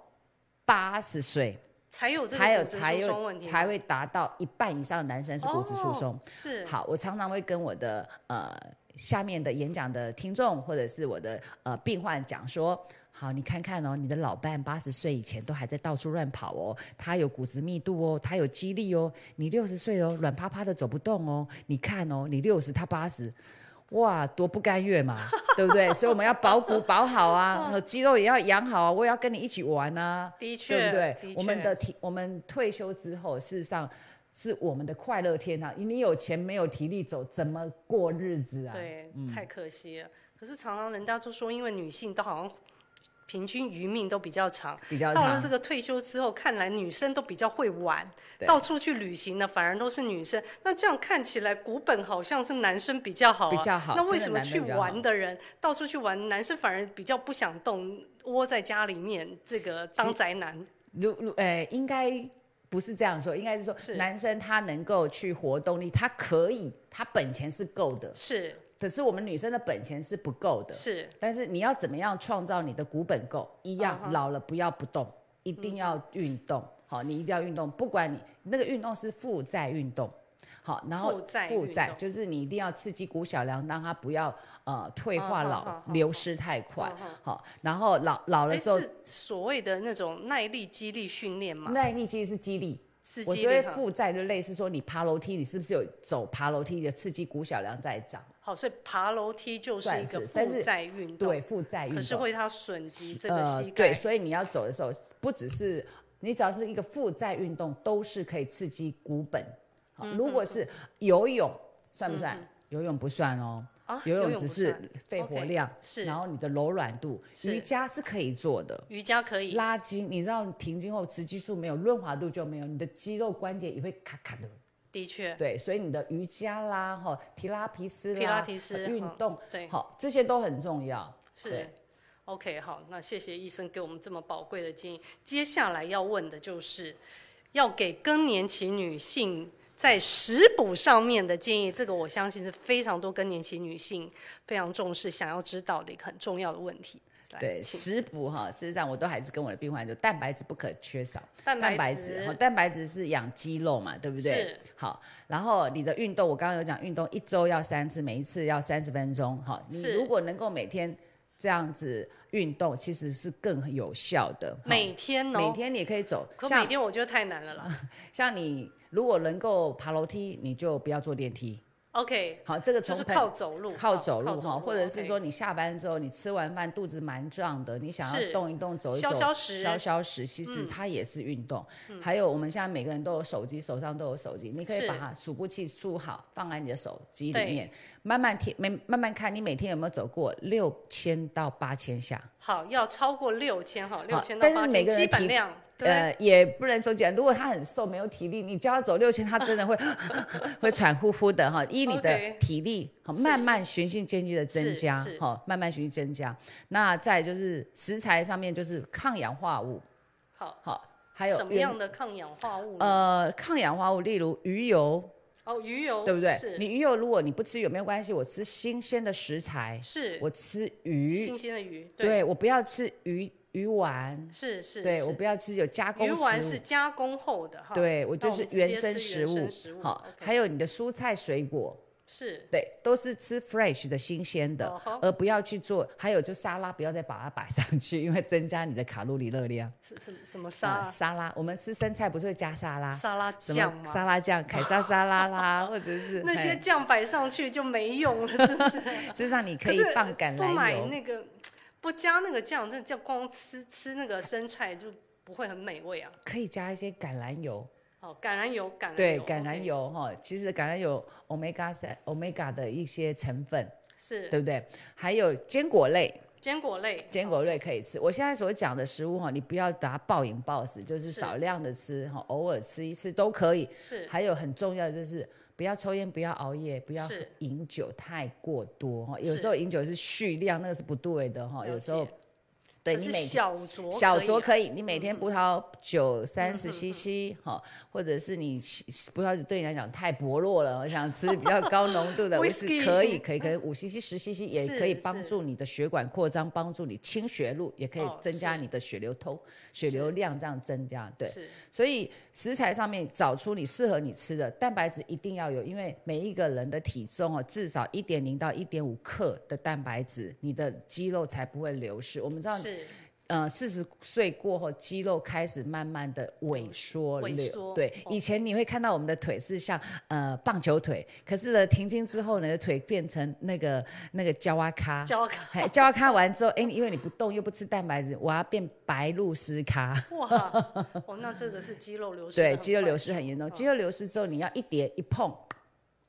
八十岁才有这才个有骨质才疏松有问题，才会达到一半以上的男生是骨质疏松。哦是好，我常常会跟我的呃下面的演讲的听众或者是我的呃病患讲说。好，你看看哦，你的老伴八十岁以前都还在到处乱跑哦，他有骨质密度哦，他有肌力哦，你六十岁哦，软趴趴的走不动哦，你看哦，你六十，他八十，哇，多不甘愿嘛，对不对？所以我们要保骨保好啊，呃肌肉也要养好啊，我也要跟你一起玩啊，的确对不的对？我们确的体，我们退休之后，事实上是我们的快乐天堂。你有钱没有体力走，怎么过日子啊？对，太可惜了。可是常常人家就说，因为女性都好像平均余命都比较长，比较到了长这。个退休之后，看来女生都比较会玩，对到处去旅行的反而都是女生。那这样看起来，股本好像是男生比较好、啊，比较好那为真什么的男的去比较玩好的人到处去玩，男生反而比较不想动，窝在家里面这个当宅男？如如呃，应该不是这样说，应该是说是男生他能够去活动力，他可以，他本钱是够的，是可是我们女生的本钱是不够的。是但是你要怎么样创造你的股本够？一样、嗯哼嗯老了不要不动，一定要运动。好，你一定要运动，不管你那个运动是负债运动。好，然后负债运负债动就是你一定要刺激股小梁，让它不要呃退化嗯老、哼哼流失太快嗯哼。好，然后老老了哎，之后，是所谓的那种耐力激励训练嘛？耐力其实是激励。是我激觉励得哈负债就类似说你爬楼梯，你是不是有走爬楼梯的刺激股小梁在长？好，所以爬楼梯就是一算个是但负是载运动，对，负载运可动。是会它损及这个呃膝，盖。对，所以你要走的时候，不只是你只要是一个负载运动，都是可以刺激骨本。好，嗯如果是游泳，算不算？游泳不 <laughs> 算哦。啊嗯游游泳泳只不是算肺活 OK，量是然后你的柔软度，是瑜伽是可以做的。瑜伽可以，拉筋，你知道停经后雌激素没有，润滑度就没有，你的肌肉关节也会卡卡的。的确，对，所以你的瑜伽啦、哈提拉皮斯啦、皮拉提斯呃运哈动，对好这些都很重要。是对。 OK，好，那谢谢医生给我们这么宝贵的建议。接下来要问的就是，要给更年期女性在食补上面的建议，这个我相信是非常多更年期女性非常重视、想要知道的一个很重要的问题。来对，请食补哈，事实上我都还是跟我的病患说，蛋白质不可缺少。蛋白质质哈，蛋白质是养肌肉嘛，对不对是？好，然后你的运动，我刚刚有讲，运动一周要三次，每一次要三十分钟。好，你是如果能够每天这样子运动，其实是更有效的。哈每天哦，每天你可以走，可每像天我觉得太难了啦。 <laughs> 像你如果能够爬楼梯，你就不要坐电梯。 OK，好，这个就从是朋靠走路，靠走路哈，哈，或者是 OK 说你下班之后，你吃完饭肚子蛮胀的，你想是要动一动、走一走、消消食嗯消消食，其实它也是运动。还有我们现在每个人都有手机，手上都有手机，你可是以把它数步器数好，放在你的手机对里面，慢慢听，每慢慢看，你每天有没有走过六千到八千下？好要超过六千哈，六好千到但是八千每个人基的本体量，对不对，呃，也不能说讲，如果他很瘦，没有体力，你叫他走六千，他真的会 <laughs> 会喘呼呼的哈。依你的 OK 体力，好，慢慢循序渐进的增加是是，好，慢慢循序增加。那再来就是食材上面，就是抗氧化物，好，好，还有什么原样的抗氧化物呢？呃抗氧化物，例如鱼油，哦，鱼油对不对？是你鱼油如果你不吃有没有关系？我吃新鲜的食材，是我吃鱼，新鲜的鱼，对我不要吃鱼鱼丸，是是，对是我不要吃有加工鱼丸食物是加工后的哈，对我就那是们直原接生吃食原物生食，物，好 OK，还有你的蔬菜水果，是对，都是吃 fresh 的新鲜的呃哦吼，而不要去做。还有就沙拉，不要再把它摆上去，因为增加你的卡路里热量。是什么什么沙啊沙拉，我们吃生菜不是会加沙拉，沙拉什酱么吗？沙拉酱、凯撒沙 <laughs> 拉啦，或者是哎那些嘿酱摆上去就没用了，是不是？事实上你 <laughs> 可可以是放橄不榄买油。那个不加那个酱，真的叫光吃吃那个生菜就不会很美味啊。可以加一些橄榄油，哦，橄榄油，橄榄油，对，橄榄 OK，油哈，其实橄榄油 omega 三、omega 的一些成分，是对不对？还有坚果类，坚果类，坚果类可以吃。我现在所讲的食物哈，你不要把它暴饮暴食，就是是少量的吃哈，偶尔吃一次都可以。是还有很重要的就是不要抽烟，不要熬夜，不要是饮酒太过多哈。是有时候饮酒是蓄量，那个是不对的了哈。哦有时候解对可你是每天。小酌小以酌啊可以，你每天葡萄酒三十 CC 嗯哈，或者是你葡萄酒对你来讲太薄弱了，想吃比较高浓 <laughs> 度的威士 Whisky 忌可以，可以，可以五 CC、十 CC 也是可以是帮助你的血管扩张，帮助你清血路，也可以哦增加是你的血流通、血流量这样增加。啊对，是所以食材上面找出你适合你吃的蛋白质一定要有，因为每一个人的体重哦，至少一点零到一点五克的蛋白质，你的肌肉才不会流失。我们知道是呃，四十岁过后，肌肉开始慢慢的萎缩萎流缩对，哦以前你会看到我们的腿是像呃棒球腿，可是呢，停经之后呢，腿变成那个那个焦阿咖。焦卡嘿焦阿咖完之后，哎，你因为你不动又不吃蛋白质，我要变白露丝咖。哇，哦，那这个是肌肉流失， <laughs> 哦对，肌肉流失很严嗯重。肌肉流失之后，你要一跌一碰，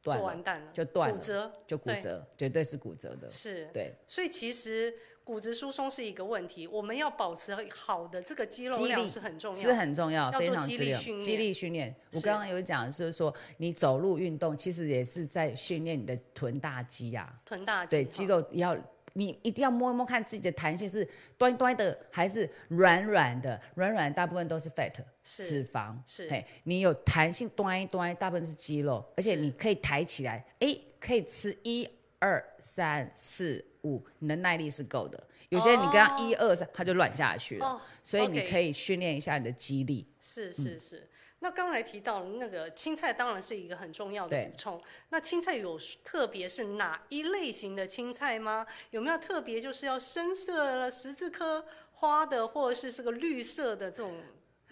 断就了完蛋了，就断骨了折就骨对折，绝对是骨折的。是。对，所以其实骨质疏松是一个问题，我们要保持好的这个肌肉肌力量是很重是要的。很重要，要非做常肌重力要。训肌练力训练，我是刚刚有讲，就是说你走路运动，其实也是在训练你的臀大肌呀、臀大肌对，哈肌肉要你一定要摸一摸看自己的弹性是端端的还是软软的，软软大部分都是 fat 是脂肪，是嘿，你有弹性端一端，大部分是肌肉，而且是你可以抬起来，哎，可以吃一二三四五，你的耐力是够的。有些人你跟他哦一二三，他就软下去了，哦所以你 OK 可以训练一下你的肌力。是是是。那刚才提到那个青菜，当然是一个很重要的对补充。那青菜有特别是哪一类型的青菜吗？有没有特别就是要深色的十字科花的，或者是这个绿色的这种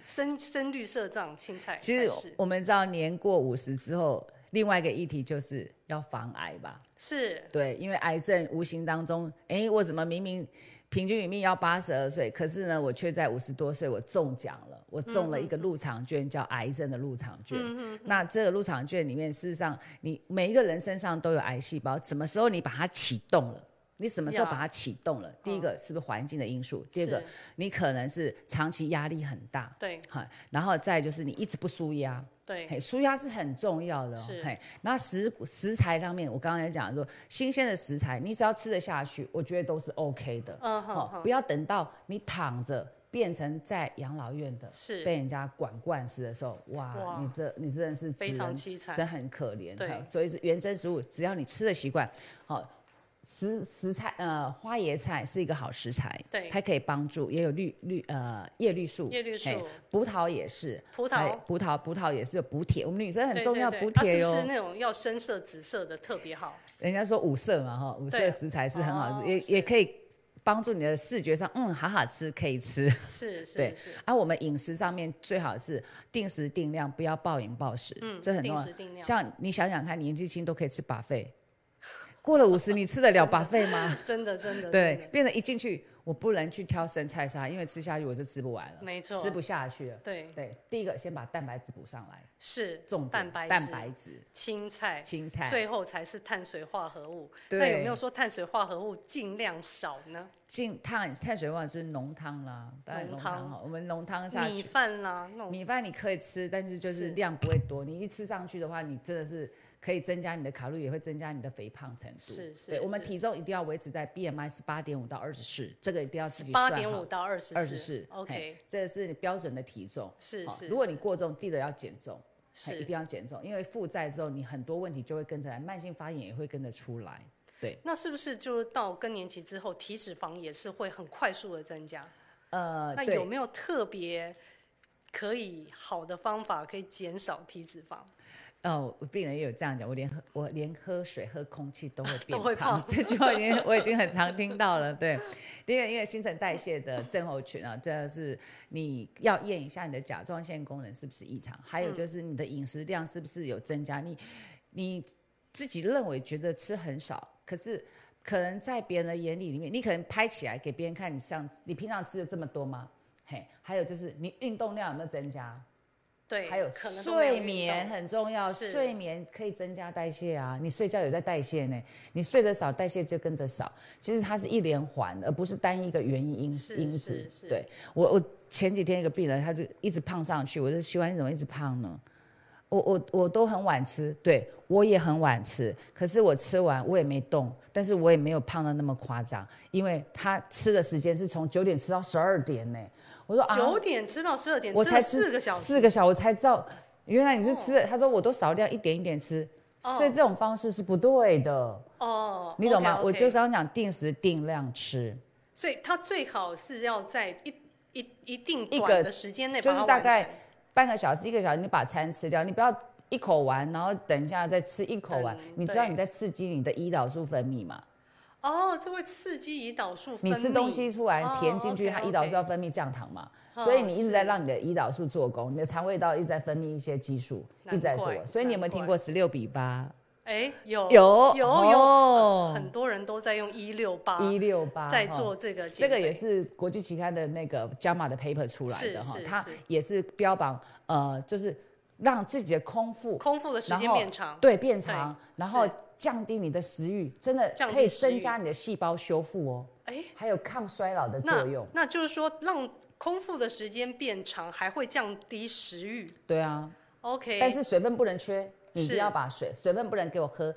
深深绿色这样青菜才其是？实我们知道，年过五十之后，另外一个议题就是要防癌吧，是对，因为癌症无形当中，哎，我怎么明明平均寿命要八十二岁，可是呢，我却在五十多岁我中奖了，我中了一个入场券，叫癌症的入场券。那这个入场券里面，事实上你每一个人身上都有癌细胞，什么时候你把它启动了？你什么时候呀把它启动了？第一个是不是环境的因素？第二个是，你可能是长期压力很大，对哈，然后再就是你一直不舒压，对嘿，舒压是很重要的、哦是。嘿，那食食材方面，我刚才讲说，新鲜的食材，你只要吃得下去，我觉得都是 OK 的。嗯哼哦哼不要等到你躺着变成在养老院的，是被人家管灌食的时候，哇，哇你这你真的是非只常能凄惨真很可怜。对好所以是原生食物，只要你吃的习惯，好、食食菜呃花椰菜是一个好食材，对它可以帮助，也有绿绿呃叶绿素，叶绿素嘿葡萄也是，葡萄还有哎葡萄葡萄也是有补铁，我们女生很对重要对补对铁啊是哟、不是那种要深色紫色的特别好？人家说五色嘛哈，五对色食材是很好哦吃，也是也可以帮助你的视觉上，嗯，好好吃，可以吃。 <laughs> 是是对是，啊，我们饮食上面最好是定时定量，不要暴饮暴食，嗯，这很重定要时。定量，像你想想看，年纪轻都可以吃把费，过了五十你 <laughs> 吃得了把费吗？真的真的真 <laughs> 对的，变成一进去我不能去挑生菜沙，因为吃下去我就吃不完了，没错吃不下去了。对对，第一个先把蛋白质补上来，是重点蛋白蛋质白质、青菜。青菜，最后才是碳水化合物，对那有没有说碳水化合物尽量少呢？进碳碳水化合物就是浓汤啦，当然浓浓汤汤哈，我们浓汤下米去，饭啦，那种米饭你可以吃，但是就是是量不会多。你一吃上去的话，你真的是可以增加你的卡路里，也会增加你的肥胖程度。是是对我们是体重一定要维持在 BMI 十八点五到二十四，这个一定要自己八算点五好。到二十二十四，OK，这个是你标准的体重。是好是如果你过重，第一个要减重，嘿一是定。要减重，因为负债之后，你很多问题就会跟着来，慢性发炎也会跟着出来。对，那是不是就是到更年期之后，体脂肪也是会很快速的增加？呃，那对有没有特别可以好的方法可以减少体脂肪？哦，我病人也有这样讲，我连喝我连喝水、喝空气 <laughs> 都会变会胖，胖这句话已经我已经很常听到了。对，因为因为新陈代谢的症候群啊，这是你要验一下你的甲状腺功能是不是异常，还有就是你的饮食量是不是有增加，你你自己认为觉得吃很少，可是。可能在别人的眼里里面，你可能拍起来给别人看，你像你平常吃的这么多吗？嘿，还有就是你运动量有没有增加？对，还有可能都没有睡运眠动很重要，是睡眠可以增加代谢啊。你睡觉有在代谢呢，你睡得少，代谢就跟着少。其实它是一连环，而不是单一一个原因因是因是子是。对我，我前几天一个病人，他就一直胖上去，我就喜欢你怎么一直胖呢？我我我都很晚吃，对我也很晚吃，可是我吃完我也没动，但是我也没有胖的那么夸张，因为他吃的时间是从九点吃到十二点呢。我说啊，九点吃到十二点，我吃了才四个小时，四个小时我才知道，原来你是吃。他说我都少量一点一点吃，哦所以这种方式是不对的，哦，你懂吗？ OK，OK 我就刚刚讲定时定量吃，所以它最好是要在一一一定一短个的时间内就把是它大完概成。半个小时一个小时，你把餐吃掉，你不要。一口完，然后等一下再吃一口完等，你知道对你在刺激你的胰岛素分泌嘛？哦，这会刺激胰岛素分你泌。吃东西出来哦填进去，它 OK，OK 胰岛素要分泌降糖嘛，哦所以你一直在是让你的胰岛素做工，你的肠胃道一直在分泌一些激素，一直在做难怪。所以你有没有听过十六比八？哎，有有有有，哦很多人都在用一六八一六八啊在做这个这减肥，个也是国际期刊的那个 JAMA 的 paper 出来是的哈是，它是也是标榜呃，就是让自己的空腹空腹的时间然后变长，对变长，然后是降低你的食欲，真的降低可以食欲增加你的细胞修复哦，哎，还有抗衰老的那作用。那就是说让空腹的时间变长，还会降低食欲。对啊， OK，但是水分不能缺，你一是定要把水，水分不能给我喝。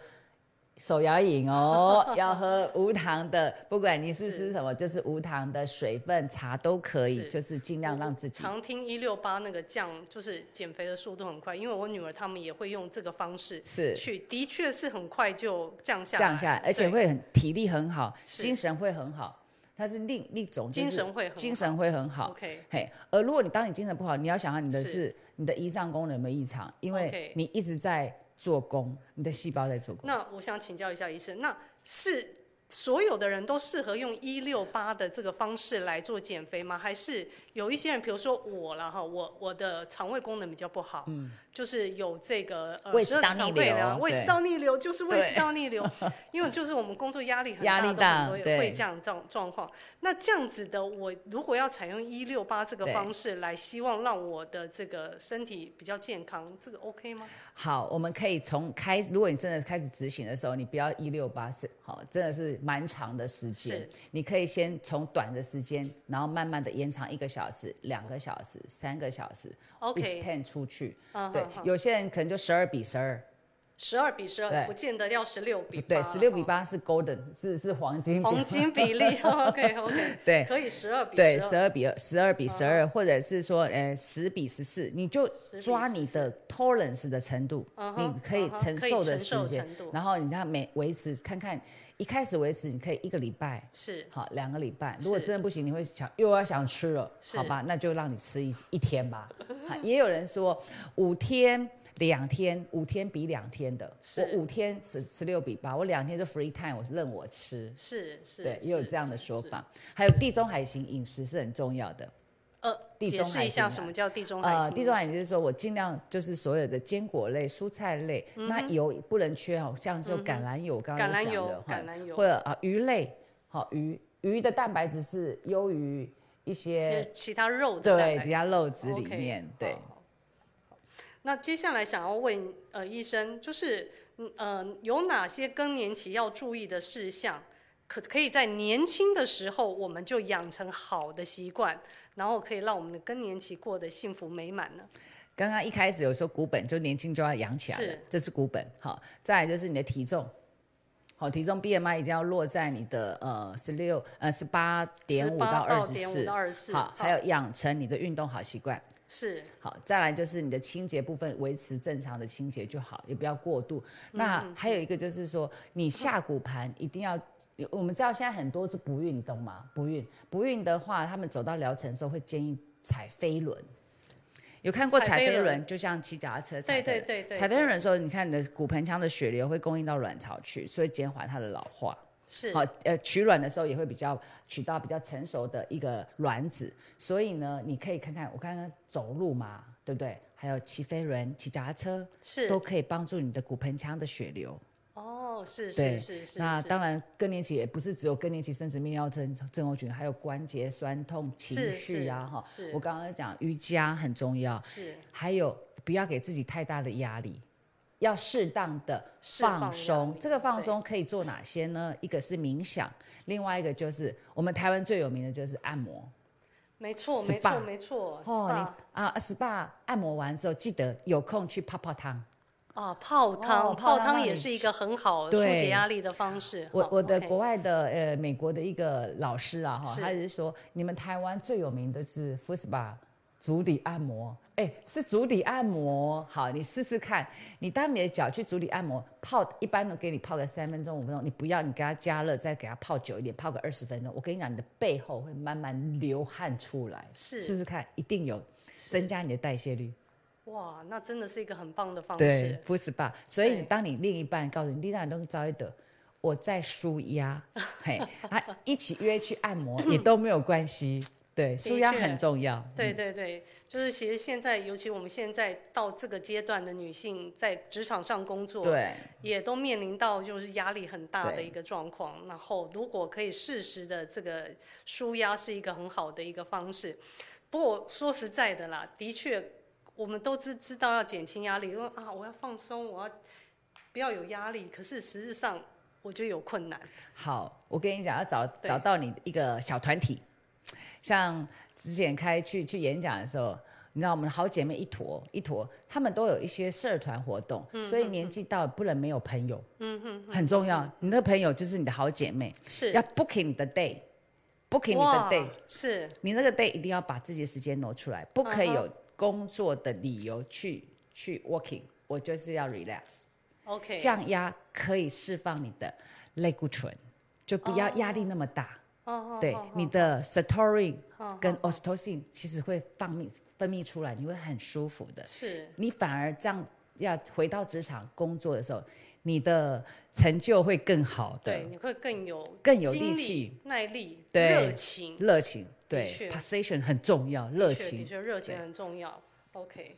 手摇饮哦， <laughs> 要喝无糖的，不管你是是吃什么，就是无糖的水分、茶都可以，是就是尽量让自己常听一六八那个降，就是减肥的速度很快，因为我女儿她们也会用这个方式是去，的确是很快就降下来，降下来，而且对会很体力很好，是精神会很好。它是另另一种、就是精神会很好精神会很好。 OK 嘿，而如果你当你精神不好，你要想想你的是是你的胰脏功能有没有异常，因 OK 为你一直在做工，你的细胞在做工。那我想请教一下医生，那是所有的人都适合用一六八的这个方式来做减肥吗？还是有一些人，比如说我了哈，我我的肠胃功能比较不好，就是有这个呃胃食十二指道肠逆溃流疡、胃对食道逆流，就是胃食对道 <laughs> 逆流，因为就是我们工作压力很压大，都力很大多也对会这样这种状况。那这样子的，我如果要采用一六八这个对方式来，希望让我的这个身体比较健康，这个 OK 吗？好，我们可以从开，如果你真的开始执行的时候，你不要一六八是好，真的是蛮长的时间是。你可以先从短的时间，然后慢慢的延长一个小时、两个小时、三个小时 OK extend 出去。嗯对哼哼，有些人可能就十二比十二，十二比十二，对不见得要十六比对， 8十六比哦八是 golden，是是黄金比黄金比例。OK <laughs> OK，对可以十二比对， 12十二比二，十二比十二，或者是说，呃，十比十四，你就比抓你的 tolerance 的程度，嗯你哼可以嗯哼承可以受的承时受间程度，然后你看每维持看看，一开始维持你可以一个礼拜，是好两个礼拜，如果是真的不行，你会想又要想吃了，是好吧，那就让你吃一一天吧。好也有人说五天。两天，五天比两天的，是我五天十十六比八，我两天就 free time，我任我吃，是是，对，也是有这样的是说是法。还有地中海型饮食是很重要的。呃，地解中释海一下型什啊么叫地中海呃，型地饮中海食就是说我尽量就是所有的坚果类、蔬菜类，嗯那油不能缺哦，像是有橄榄油，我刚刚橄有榄讲油的，橄哈榄油或者啊鱼类，好鱼鱼的蛋白质是优于一些是其他肉的蛋对白底质下肉质里 OK，面好对好。好那接下来想要问呃医生，就是嗯呃有哪些更年期要注意的事项，可可以在年轻的时候我们就养成好的习惯，然后可以让我们的更年期过得幸福美满呢？刚刚一开始有说股本，就年轻就要养起来了是，这是股本。好，再来就是你的体重，好，体重 BMI 一定要落在你的呃十六呃十八点五18到二十5到24四，好，还好有养成你的运动好习惯。是好，再来就是你的清洁部分维持正常的清洁就好，也不要过度。那嗯还有一个就是说，你下骨盘一定要。我们知道现在很多是不孕，你懂吗？不孕，不孕的话，他们走到疗程的时候会建议踩飞轮。有看过踩踩飞飞轮轮，就像骑脚踏对车踩飞轮。对对对踩飞轮的时候，你看你的骨盆腔的血流会供应到卵巢去，所以减缓它的老化。是好，呃，取卵的时候也会比较取到比较成熟的一个卵子，所以呢，你可以看看我刚刚走路嘛，对不对？还有骑飞轮、骑脚踏车，是都可以帮助你的骨盆腔的血流。哦是对是是是那是当然，更年期也不是只有更年期生殖泌尿症症候群，还有关节酸痛、情是绪啊，是哈是。我刚刚讲瑜伽很重要，是还有不要给自己太大的压力，要适当的释放放压松力。这个放松可以做哪些呢？一个是冥想，另外一个就是我们台湾最有名的就是按摩。没错没错 SPA 没错哦 SPA，你啊，SPA 按摩完之后，记得有空去泡泡汤。啊，泡汤，哦泡泡汤汤让也你是一个很好疏对解压力的方式。我好我的 OK 国外的呃美国的一个老师啊哈，是他是说你们台湾最有名的是 f u s p a 足底按摩，哎，是足底按摩，好，你试试看，你当你的脚去足底按摩泡，一般都给你泡个三分钟五分钟，你不要你给它加热，再给它泡久一点，泡个二十分钟，我跟你讲，你的背后会慢慢流汗出来，是试试看，一定有增加你的代谢率。哇，那真的是一个很棒的方对式，不是吧？所以对你当你另一半告诉你，你那都招一得，我在舒 <laughs> 压，嘿，啊，一起约去按摩也都没有关系。对，舒压确很重要。对对对，就是其实现在，尤其我们现在到这个阶段的女性，在职场上工作，对，也都面临到就是压力很大的对一个状况。然后，如果可以适时的这个舒压，是一个很好的一个方式。不过说实在的啦，的确，我们都知知道要减轻压力，因为啊，我要放松，我要不要有压力。可是实质上，我觉得有困难。好，我跟你讲，要找对找到你一个小团体，像之前开去去演讲的时候。你知道我们好姐妹一坨一坨，她们都有一些社团活动，嗯所以年纪到了不能没有朋友，嗯很重要。你的朋友就是你的好姐妹，是要 booking 你的 day，booking 你哇的 day，是你那个 day 一定要把自己的时间挪出来，不可以嗯哼有工作的理由去去 working。我就是要 relax， OK，降压可以释放你的类固醇，就不要压力那么大。哦对，你的 serotonin 嗯跟 oxytocin 其实会放泌分泌出来，你会很舒服的。是你反而这样要回到职场工作的时候，你的成就会更好的。对，你会更有嗯更有精力力气、耐力、对热情。热情，的对确，passion 很重要，热的确的情。确热情对很重要。OK，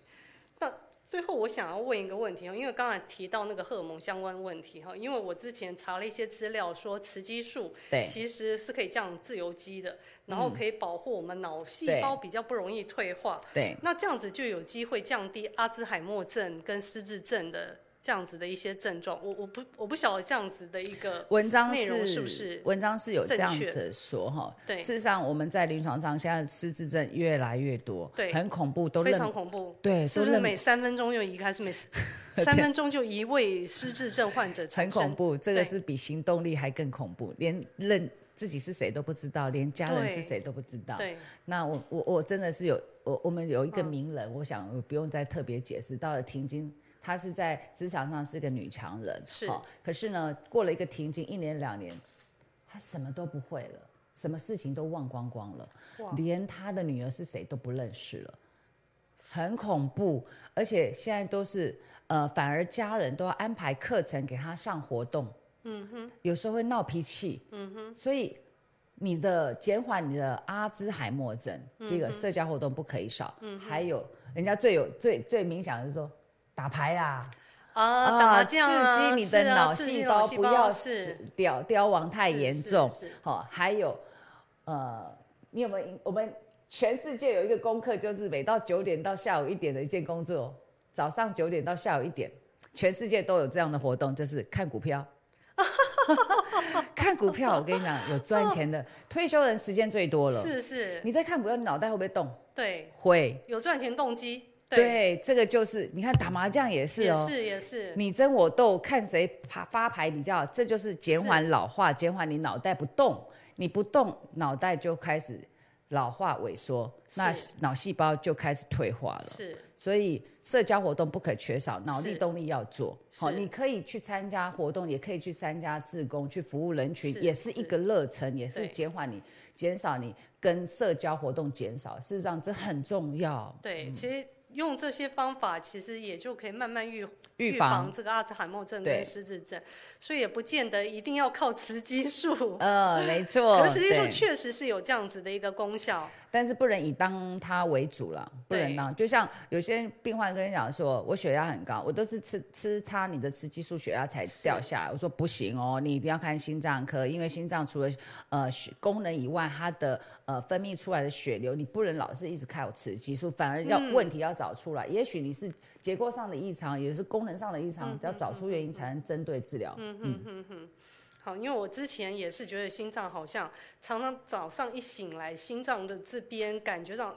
那最后，我想要问一个问题哦，因为刚才提到那个荷尔蒙相关问题哈，因为我之前查了一些资料，说雌激素对嗯其实是可以降自由基的，然后可以保护我们脑细胞比较不容易退化。对，那这样子就有机会降低阿兹海默症跟失智症的这样子的一些症状。我我不我不晓得这样子的一个文章内容是是不是文章是有这正样确子说哈？对事实上我们在临床上现在失智症越来越多，对很恐怖，都非认常恐怖。对，是都不是认每三分钟就一个，还是 <laughs> 每三分钟就一位失智症患者很产生？恐怖，这个对是比行动力还更恐怖，连认自己是谁都不知道，连家人对是谁都不知道。对，啊嗯那我我我真的是有我我们有一个名人，我想不用再特别解释。到了停经，她是在职场上是个女强人，是哦可是呢，过了一个停经一年两年，她什么都不会了，什么事情都忘光光了哇，连她的女儿是谁都不认识了，很恐怖。而且现在都是呃，反而家人都要安排课程给她上活动，嗯哼，有时候会闹脾气，嗯哼，所以你的减缓你的阿兹海默症，第一个社交活动不可以少，还有人家最有最最明显的是说打牌啦，啊，打麻将啊，刺激你是的啊脑刺激细脑胞细不要死是凋凋亡太是严是重是，好、还有呃，你有没有我们全世界有一个功课，就是每到九点到下午一点的一件工作，早上九点到下午一点，全世界都有这样的活动，就是看股 <laughs> 票。看股票，我跟你讲，有赚钱的，退休人时间最多了。是是，你在看股票，脑袋会不会动？对，会。有赚钱动机，，对，这个就是你看打麻将也是也哦，是也是，你争我斗，看谁发发牌比较好，这就是减缓老化，减缓你脑袋不动，你不动，脑袋就开始老化萎缩，那是脑细胞就开始退化了。是所以社交活动不可缺少，脑力是动力要做。好、是你可以去参加活动，也可以去参加志工，去服务人群，是也是一个热忱，也是对减缓你减少你跟社交活动减少。事实上，这很重要。对，其实。用这些方法，其实也就可以慢慢预预防防这个阿兹海默症对跟失智症，所以也不见得一定要靠雌激素，呃，没错。 <laughs> 可是雌激素对确实是有这样子的一个功效。但是不能以当它为主了，不能对当。就像有些病患跟你讲说，我血压很高，我都是吃吃擦你的雌激素，血压才掉下来。我说不行哦，你一定要看心脏科，因为心脏除了呃血功能以外，它的呃分泌出来的血流，你不能老是一直靠雌激素，反而要、嗯问题要找出来。也许你是结构上的异常，也是功能上的异嗯常，要找出原因才能针对治疗。好，因为我之前也是觉得心脏好像常常早上一醒来，心脏的这边感觉上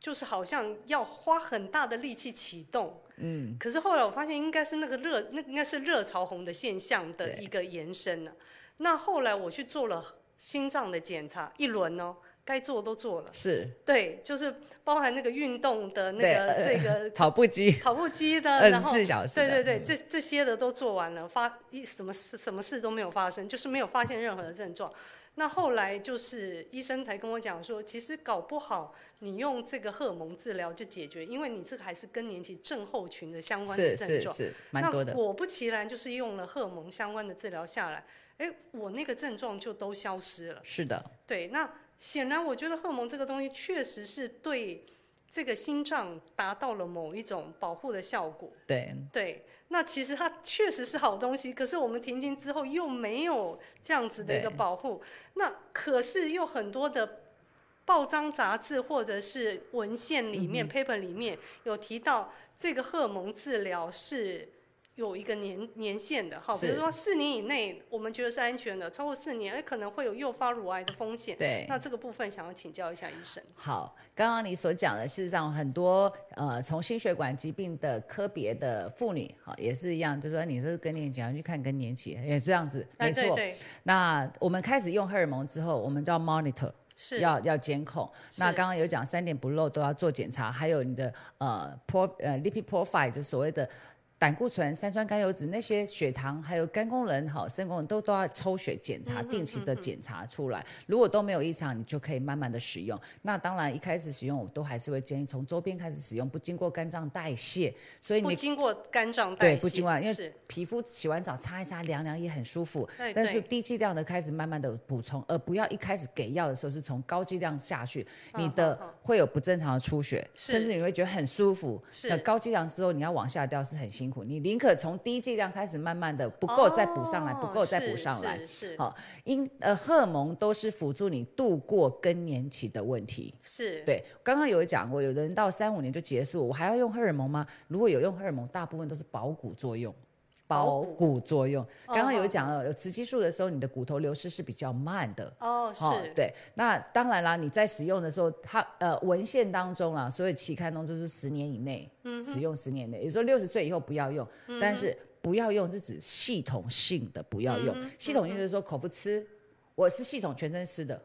就是好像要花很大的力气启动。嗯，可是后来我发现应该是那个热，那应该是热潮红的现象的一个延伸呢、那后来我去做了心脏的检查一轮哦，该做都做了，是对，就是包含那个运动的那对嗯个这呃 <laughs> 个跑步机跑步机的，二呃然十后四小时的，嗯对对对，这这些的都做完了，发一什么事什么事都没有发生，就是没有发现任何的症状。那后来就是医生才跟我讲说，其实搞不好你用这个荷尔蒙治疗就解决，因为你这个还是更年期症候群的相关的是症是状。是，那蛮多的。果不其然，就是用了荷尔蒙相关的治疗下来，哎，我那个症状就都消失了。是的，对，那显然我觉得荷尔蒙这个东西确实是对这个心脏达到了某一种保护的效果。对。对，那其实它确实是好东西，可是我们停经之后又没有这样子的一个对保护，那可是又很多的报章杂志或者是文献嗯里面、paper 里面有提到，这个荷尔蒙治疗是。有一个年年限的哈，比如是说四年以内，我们觉得是安全的，超过四年，哎，可能会有诱发乳癌的风险。对那这个部分想要请教一下医生。好，刚刚你所讲的，事实上很多呃，从心血管疾病的科别的妇女，好也是一样，就说你这是更年期，要去看更年期，也这样子，哎，没错。对对，那我们开始用荷尔蒙之后，我们就要 monitor，是要要监控。是那刚刚有讲三点不漏都要做检查，还有你的呃 pro 呃 lipid profile，就所谓的胆固醇、三酸甘油脂那些血糖，还有肝功能、好肾功能都都要抽血检嗯查，定期的检查出来。如果都没有异常，你就可以慢慢的使用。那当然一开始使用，我都还是会建议从周边开始使用，不经过肝脏代谢，所以不你经过肝脏代对谢，不经过，因是哎为皮肤洗完澡擦一擦凉凉也很舒服。对但是对低剂量的开始慢慢的补充，而不要一开始给药的时候是从高剂量下去，嗯你嗯的嗯会有不正常的出血，是甚至你会觉得很舒服。是那高剂量之后你要往下掉是很辛苦，你宁可从低剂量开始慢慢的不够再补上来，哦不够再补是上来。是是好，因呃荷尔蒙都是辅助你度过更年期的问题。是，对，刚刚有讲过，有的人到三五年就结束，我还要用荷尔蒙吗？如果有用荷尔蒙，大部分都是保骨作用。保保骨骨作用，刚刚哦有讲了，有雌激素的时候，你的骨头流失是比较慢的。哦哦是，对，那当然啦，你在使用的时候，它呃文献当中啦，所有期刊当中就是十年以内、嗯使用，十年以内，也说六十岁以后不要用，但是不要用是指系统性的不要用，嗯系统性就是说口服吃，我是系统全身吃的。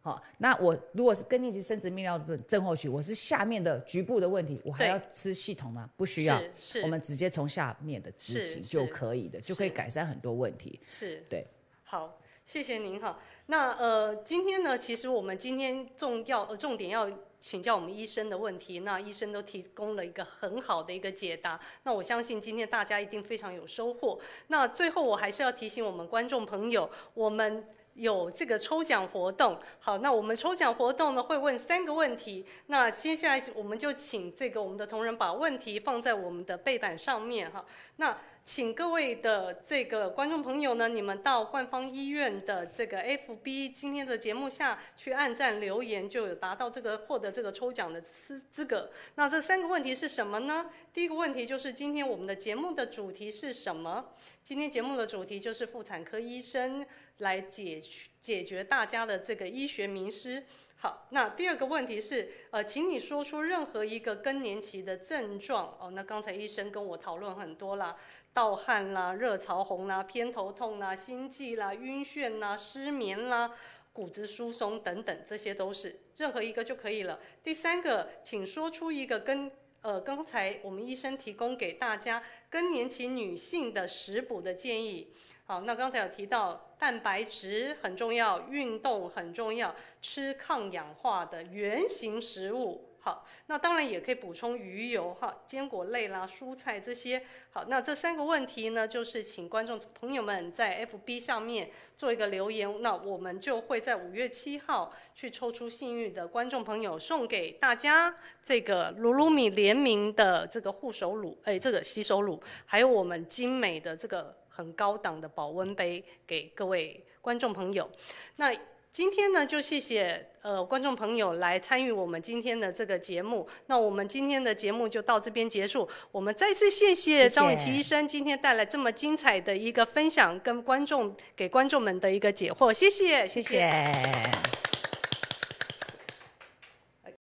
好、那我如果是更年期生殖泌尿症候群，我是下面的局部的问题，我还对要吃系统吗？不需要，是是我们直接从下面的执是行是就可以的，就可以是改善很多问题。是，对，好，谢谢您哈。那呃，今天呢，其实我们今天重要呃重点要请教我们医生的问题，那医生都提供了一个很好的一个解答。那我相信今天大家一定非常有收获。那最后我还是要提醒我们观众朋友，我们。有这个抽奖活动，好，那我们抽奖活动呢会问三个问题，那接下来我们就请这个我们的同仁把问题放在我们的背板上面哈。那请各位的这个观众朋友呢，你们到官方医院的这个 FB 今天的节目下去按赞留言，就有达到这个获得这个抽奖的资资格。那这三个问题是什么呢？第一个问题就是今天我们的节目的主题是什么？今天节目的主题就是妇产科医生来解决解决大家的这个医学迷失。好，那第二个问题是，呃，请你说出任何一个更年期的症状哦。那刚才医生跟我讨论很多啦，盗汗啦、热潮红啦、偏头痛啦、心悸啦、晕眩啦、失眠啦、骨质疏松等等，这些都是任何一个就可以了。第三个，请说出一个跟呃刚才我们医生提供给大家更年期女性的食补的建议。好，那刚才有提到蛋白质很重要，运动很重要，吃抗氧化的原型食物。好，那当然也可以补充鱼油哈、坚果类啦、蔬菜这些。好，那这三个问题呢，就是请观众朋友们在 FB 上面做一个留言，那我们就会在五月七号去抽出幸运的观众朋友，送给大家这个鲁鲁米联名的这个护手乳，哎，这个洗手乳，还有我们精美的这个很高档的保温杯给各位观众朋友。那今天呢，就谢谢呃观众朋友来参与我们今天的这个节目。那我们今天的节目就到这边结束。我们再次谢谢谢张雨绮医生今天带来这么精彩的一个分享，跟观众给观众们的一个解惑。谢谢，谢谢谢